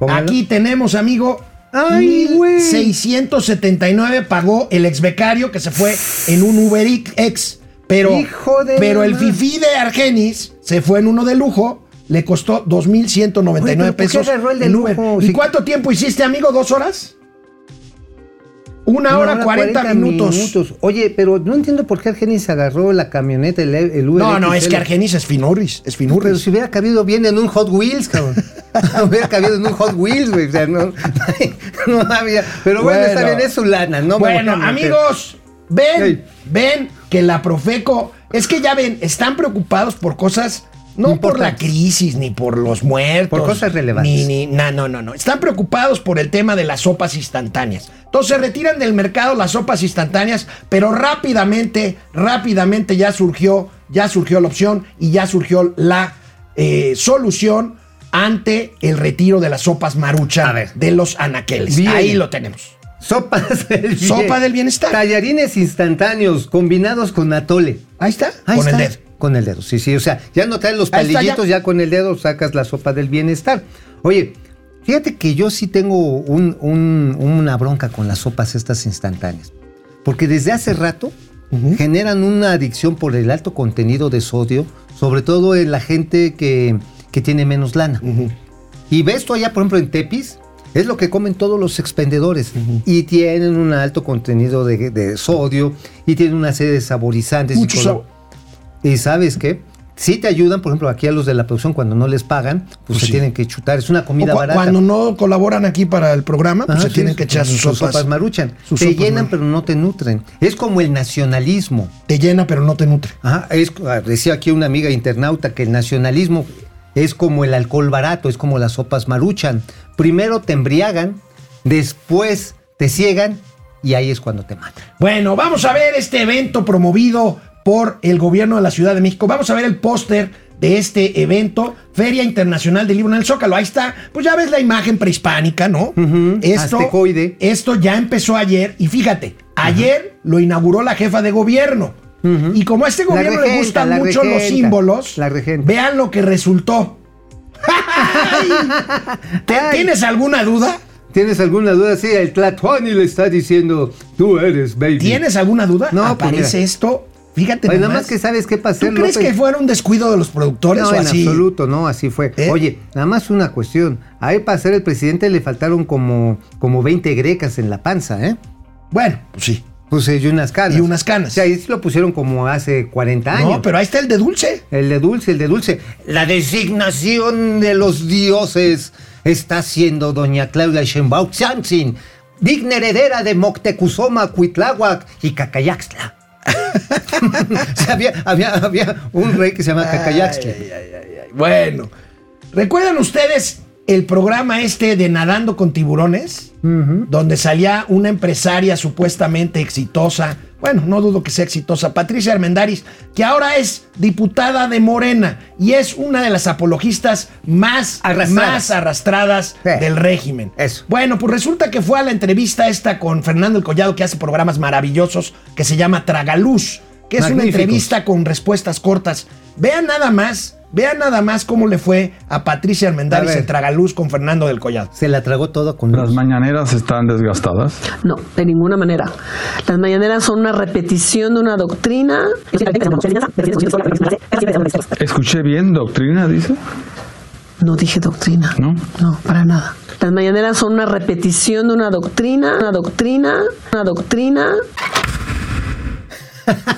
[SPEAKER 2] póngalo.
[SPEAKER 1] Aquí tenemos, amigo.
[SPEAKER 2] Ay, güey.
[SPEAKER 1] 679 pagó el ex becario que se fue en un Uber Ex- X. Pero,
[SPEAKER 2] Hijo de
[SPEAKER 1] pero
[SPEAKER 2] la
[SPEAKER 1] el
[SPEAKER 2] madre.
[SPEAKER 1] fifí de Argenis se fue en uno de lujo le costó 2.199
[SPEAKER 2] Oye, pero ¿por qué
[SPEAKER 1] pesos
[SPEAKER 2] agarró el de
[SPEAKER 1] en Uber.
[SPEAKER 2] lujo?
[SPEAKER 1] ¿Y
[SPEAKER 2] Si-
[SPEAKER 1] cuánto tiempo hiciste, amigo? ¿Dos horas? Una hora cuarenta minutos.
[SPEAKER 2] Oye, pero no entiendo por qué Argenis agarró la camioneta, el, el Uber.
[SPEAKER 1] No, no, es
[SPEAKER 2] XL.
[SPEAKER 1] que Argenis es finurris, es finurris.
[SPEAKER 2] Pero si hubiera cabido bien en un Hot Wheels, cabrón. hubiera cabido en un Hot Wheels, güey. O sea, no, no había. Pero bueno, está bien, es su lana, ¿no? me
[SPEAKER 1] Bueno,
[SPEAKER 2] voy a meter.
[SPEAKER 1] amigos, ven,
[SPEAKER 2] Ey.
[SPEAKER 1] ven que la Profeco, es que ya ven, están preocupados por cosas, no por la
[SPEAKER 2] Importantes.
[SPEAKER 1] crisis, ni por los muertos.
[SPEAKER 2] Por cosas relevantes.
[SPEAKER 1] Ni, ni- na- no, no, no. Están preocupados por el tema de las sopas instantáneas. Entonces retiran del mercado las sopas instantáneas, pero rápidamente, rápidamente ya surgió, ya surgió la opción y ya surgió la eh, solución ante el retiro de las sopas marucha
[SPEAKER 2] A ver.
[SPEAKER 1] de los anaqueles.
[SPEAKER 2] Bien.
[SPEAKER 1] Ahí lo tenemos.
[SPEAKER 2] Sopas del bien-
[SPEAKER 1] Sopa del bienestar.
[SPEAKER 2] Tallarines instantáneos combinados con atole.
[SPEAKER 1] Ahí está.
[SPEAKER 2] Ahí
[SPEAKER 1] con
[SPEAKER 2] está.
[SPEAKER 1] el dedo.
[SPEAKER 2] Con el dedo, sí, sí. O sea, ya no traes los
[SPEAKER 1] Ahí está,
[SPEAKER 2] palillitos, ya. con el dedo sacas la sopa del bienestar. Oye, fíjate que yo sí tengo un- un- una bronca con las sopas estas instantáneas. Porque desde hace rato generan una adicción por el alto contenido de sodio, sobre todo en la gente que, que tiene menos lana. Y ves tú allá, por ejemplo, en Tepis, es lo que comen todos los expendedores. Y tienen un alto contenido de, de sodio y tienen una serie de saborizantes. y
[SPEAKER 1] Mucho
[SPEAKER 2] todo.
[SPEAKER 1] sabor.
[SPEAKER 2] Y sabes qué? Sí te ayudan, por ejemplo, aquí a los de la producción cuando no les pagan, pues,
[SPEAKER 1] Pues
[SPEAKER 2] se
[SPEAKER 1] sí.
[SPEAKER 2] tienen que chutar. Es una comida
[SPEAKER 1] O cua-
[SPEAKER 2] barata.
[SPEAKER 1] Cuando no colaboran aquí para el programa, pues
[SPEAKER 2] Ajá,
[SPEAKER 1] se
[SPEAKER 2] sí,
[SPEAKER 1] tienen que echar sus, sopas.
[SPEAKER 2] maruchan.
[SPEAKER 1] sus
[SPEAKER 2] te
[SPEAKER 1] sopas
[SPEAKER 2] llenan,
[SPEAKER 1] maruchan.
[SPEAKER 2] pero no te nutren. Es como el nacionalismo.
[SPEAKER 1] Te llena, pero no te nutre.
[SPEAKER 2] Ajá, es, ah, decía aquí una amiga internauta que el nacionalismo es como el alcohol barato, es como las sopas maruchan. Primero te embriagan, después te ciegan y ahí es cuando te matan.
[SPEAKER 1] Bueno, vamos a ver este evento promovido por el gobierno de la Ciudad de México. Vamos a ver el póster de este evento, Feria Internacional del Libro en el Zócalo. Ahí está, pues ya ves la imagen prehispánica, ¿no?
[SPEAKER 2] Ujú, aztecoide.
[SPEAKER 1] Esto ya empezó ayer y fíjate, ayer lo inauguró la jefa de gobierno. Y como a este
[SPEAKER 2] La
[SPEAKER 1] gobierno le
[SPEAKER 2] regenta,
[SPEAKER 1] gustan
[SPEAKER 2] la
[SPEAKER 1] mucho los
[SPEAKER 2] regenta,
[SPEAKER 1] símbolos,
[SPEAKER 2] la regenta.
[SPEAKER 1] vean lo que resultó. ¿Te-
[SPEAKER 2] Ay.
[SPEAKER 1] ¿Tienes alguna duda?
[SPEAKER 2] ¿Tienes alguna duda? Sí, el Tlatuani le está diciendo, tú eres baby.
[SPEAKER 1] ¿Tienes alguna duda?
[SPEAKER 2] No, pues
[SPEAKER 1] Aparece
[SPEAKER 2] mira.
[SPEAKER 1] esto. Fíjate
[SPEAKER 2] Oye,
[SPEAKER 1] nomás.
[SPEAKER 2] nada más que sabes qué pasó.
[SPEAKER 1] ¿Tú crees que fuera un descuido de los productores
[SPEAKER 2] No,
[SPEAKER 1] o
[SPEAKER 2] en
[SPEAKER 1] así?
[SPEAKER 2] absoluto, no, así fue.
[SPEAKER 1] ¿Eh?
[SPEAKER 2] Oye, nada más una cuestión. A él para ser el presidente le faltaron como, como 20 grecas en la panza, ¿eh?
[SPEAKER 1] Bueno, pues sí.
[SPEAKER 2] Pues eh, y unas canas.
[SPEAKER 1] Y unas canas.
[SPEAKER 2] O sea, ahí sí lo pusieron como hace 40 años.
[SPEAKER 1] No, pero ahí está el de dulce.
[SPEAKER 2] El de dulce, el de dulce. La designación de los dioses está siendo doña Claudia Sheinbaum Sanzin, digna heredera de Moctezuma, Cuitláhuac y Cacayaxtla. O sea, había, había- había un rey que se llama Cacayaxtla.
[SPEAKER 1] Bueno, ¿recuerdan ustedes el programa este de Nadando con Tiburones? Donde salía una empresaria supuestamente exitosa. Bueno, no dudo que sea exitosa. Patricia Armendaris, que ahora es diputada de Morena y es una de las apologistas más
[SPEAKER 2] Arrastradas.
[SPEAKER 1] más arrastradas
[SPEAKER 2] Sí.
[SPEAKER 1] del régimen.
[SPEAKER 2] Eso.
[SPEAKER 1] Bueno, pues resulta que fue a la entrevista esta con Fernando El Collado, que hace programas maravillosos, que se llama Tragaluz, que es una
[SPEAKER 2] Magníficos.
[SPEAKER 1] entrevista entrevista con respuestas cortas. Vean nada más, vean nada más cómo le fue a Patricia
[SPEAKER 2] A
[SPEAKER 1] Armendáriz
[SPEAKER 2] ver.
[SPEAKER 1] en Tragaluz con Fernando del Collado.
[SPEAKER 2] Se la tragó todo con
[SPEAKER 9] Las
[SPEAKER 2] luz.
[SPEAKER 9] mañaneras están desgastadas.
[SPEAKER 10] No, de ninguna manera. Las mañaneras son una repetición de una doctrina.
[SPEAKER 9] Escuché bien, doctrina, dice.
[SPEAKER 10] No dije doctrina.
[SPEAKER 9] ¿No?
[SPEAKER 10] No, para nada. Las mañaneras son una repetición de una doctrina, una doctrina, una doctrina.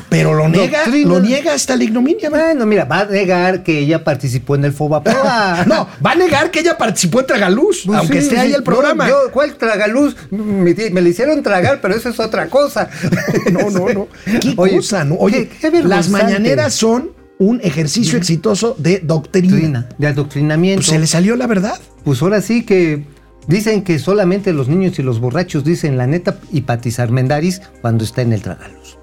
[SPEAKER 1] Pero lo niega,
[SPEAKER 2] Doctrina.
[SPEAKER 1] lo niega hasta la ignominia. man.
[SPEAKER 2] Bueno, mira, va a negar que ella participó en el Fobaproa.
[SPEAKER 1] No, va a negar que ella participó en Tragaluz,
[SPEAKER 2] Ah. Pues
[SPEAKER 1] aunque
[SPEAKER 2] sí,
[SPEAKER 1] esté ahí
[SPEAKER 2] sí.
[SPEAKER 1] el programa.
[SPEAKER 2] No, yo, ¿Cuál tragaluz? Me, di- me le hicieron tragar, pero eso es otra cosa.
[SPEAKER 1] No, no, no. Qué
[SPEAKER 2] Oye,
[SPEAKER 1] cosa, ¿no? Oye,
[SPEAKER 2] qué- qué
[SPEAKER 1] las
[SPEAKER 2] vergonzante.
[SPEAKER 1] mañaneras son un ejercicio exitoso de doctrina.
[SPEAKER 2] Doctrina, de adoctrinamiento.
[SPEAKER 1] Pues
[SPEAKER 2] Pues,
[SPEAKER 1] se le salió la verdad.
[SPEAKER 2] ahora sí que dicen que solamente los niños y los borrachos dicen la neta y Patis Armendaris cuando está en el tragaluz.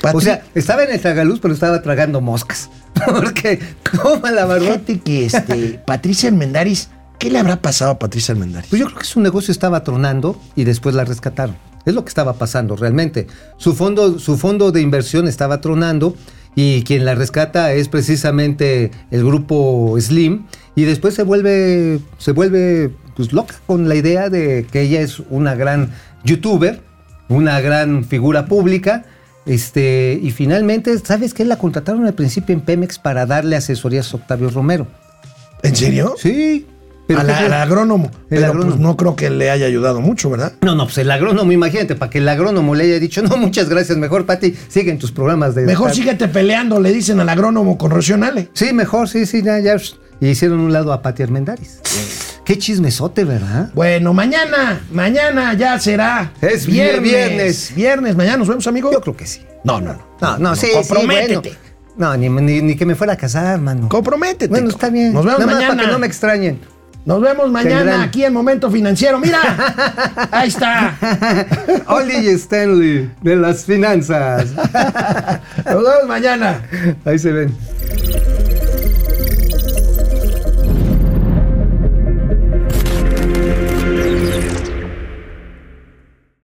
[SPEAKER 1] Patri-
[SPEAKER 2] O sea, estaba en el tragaluz, pero estaba tragando moscas. Porque toma la barbota.
[SPEAKER 1] fíjate que este, Patricia Armendáriz, ¿qué le habrá pasado a Patricia Armendáriz?
[SPEAKER 2] Pues yo creo que su negocio estaba tronando y después la rescataron. Es lo que estaba pasando realmente. Su fondo, su fondo de inversión estaba tronando y quien la rescata es precisamente el grupo Slim y después se vuelve, se vuelve pues, loca con la idea de que ella es una gran youtuber, una gran figura pública. Este, y finalmente, ¿sabes qué? La contrataron al principio en Pemex para darle asesorías a Octavio Romero. pues,
[SPEAKER 1] ¿En serio?
[SPEAKER 2] Sí.
[SPEAKER 1] Al,
[SPEAKER 2] ¿qué crees?
[SPEAKER 1] al agrónomo. Pero
[SPEAKER 2] agrónomo.
[SPEAKER 1] pues no creo que le haya ayudado mucho, ¿verdad?
[SPEAKER 2] No, no, pues el agrónomo, imagínate, para que el agrónomo le haya dicho, no, muchas gracias, mejor, Pati, siguen tus programas de...
[SPEAKER 1] Mejor síguete peleando, le dicen al agrónomo con Rocío Nale.
[SPEAKER 2] Sí, mejor, sí, sí, ya, ya. Y hicieron un lado a Pati Armendaris. Qué chismesote, ¿verdad?
[SPEAKER 1] Bueno, mañana, mañana ya será.
[SPEAKER 2] Es viernes.
[SPEAKER 1] Viernes, viernes. mañana nos vemos, amigo.
[SPEAKER 2] Yo creo que sí.
[SPEAKER 1] No, no, no.
[SPEAKER 2] No, no, sí, sí, bueno.
[SPEAKER 1] Comprométete.
[SPEAKER 2] No, ni, ni- ni que me fuera a casar, mano.
[SPEAKER 1] Comprométete.
[SPEAKER 2] Bueno, está bien.
[SPEAKER 1] Nos vemos
[SPEAKER 2] Nada más
[SPEAKER 1] mañana.
[SPEAKER 2] para que no me extrañen.
[SPEAKER 1] Nos vemos mañana
[SPEAKER 2] Tendrán.
[SPEAKER 1] aquí en Momento Financiero. Mira, ahí está.
[SPEAKER 2] Oli y Stanley, de las finanzas.
[SPEAKER 1] Nos vemos mañana.
[SPEAKER 2] Ahí se ven.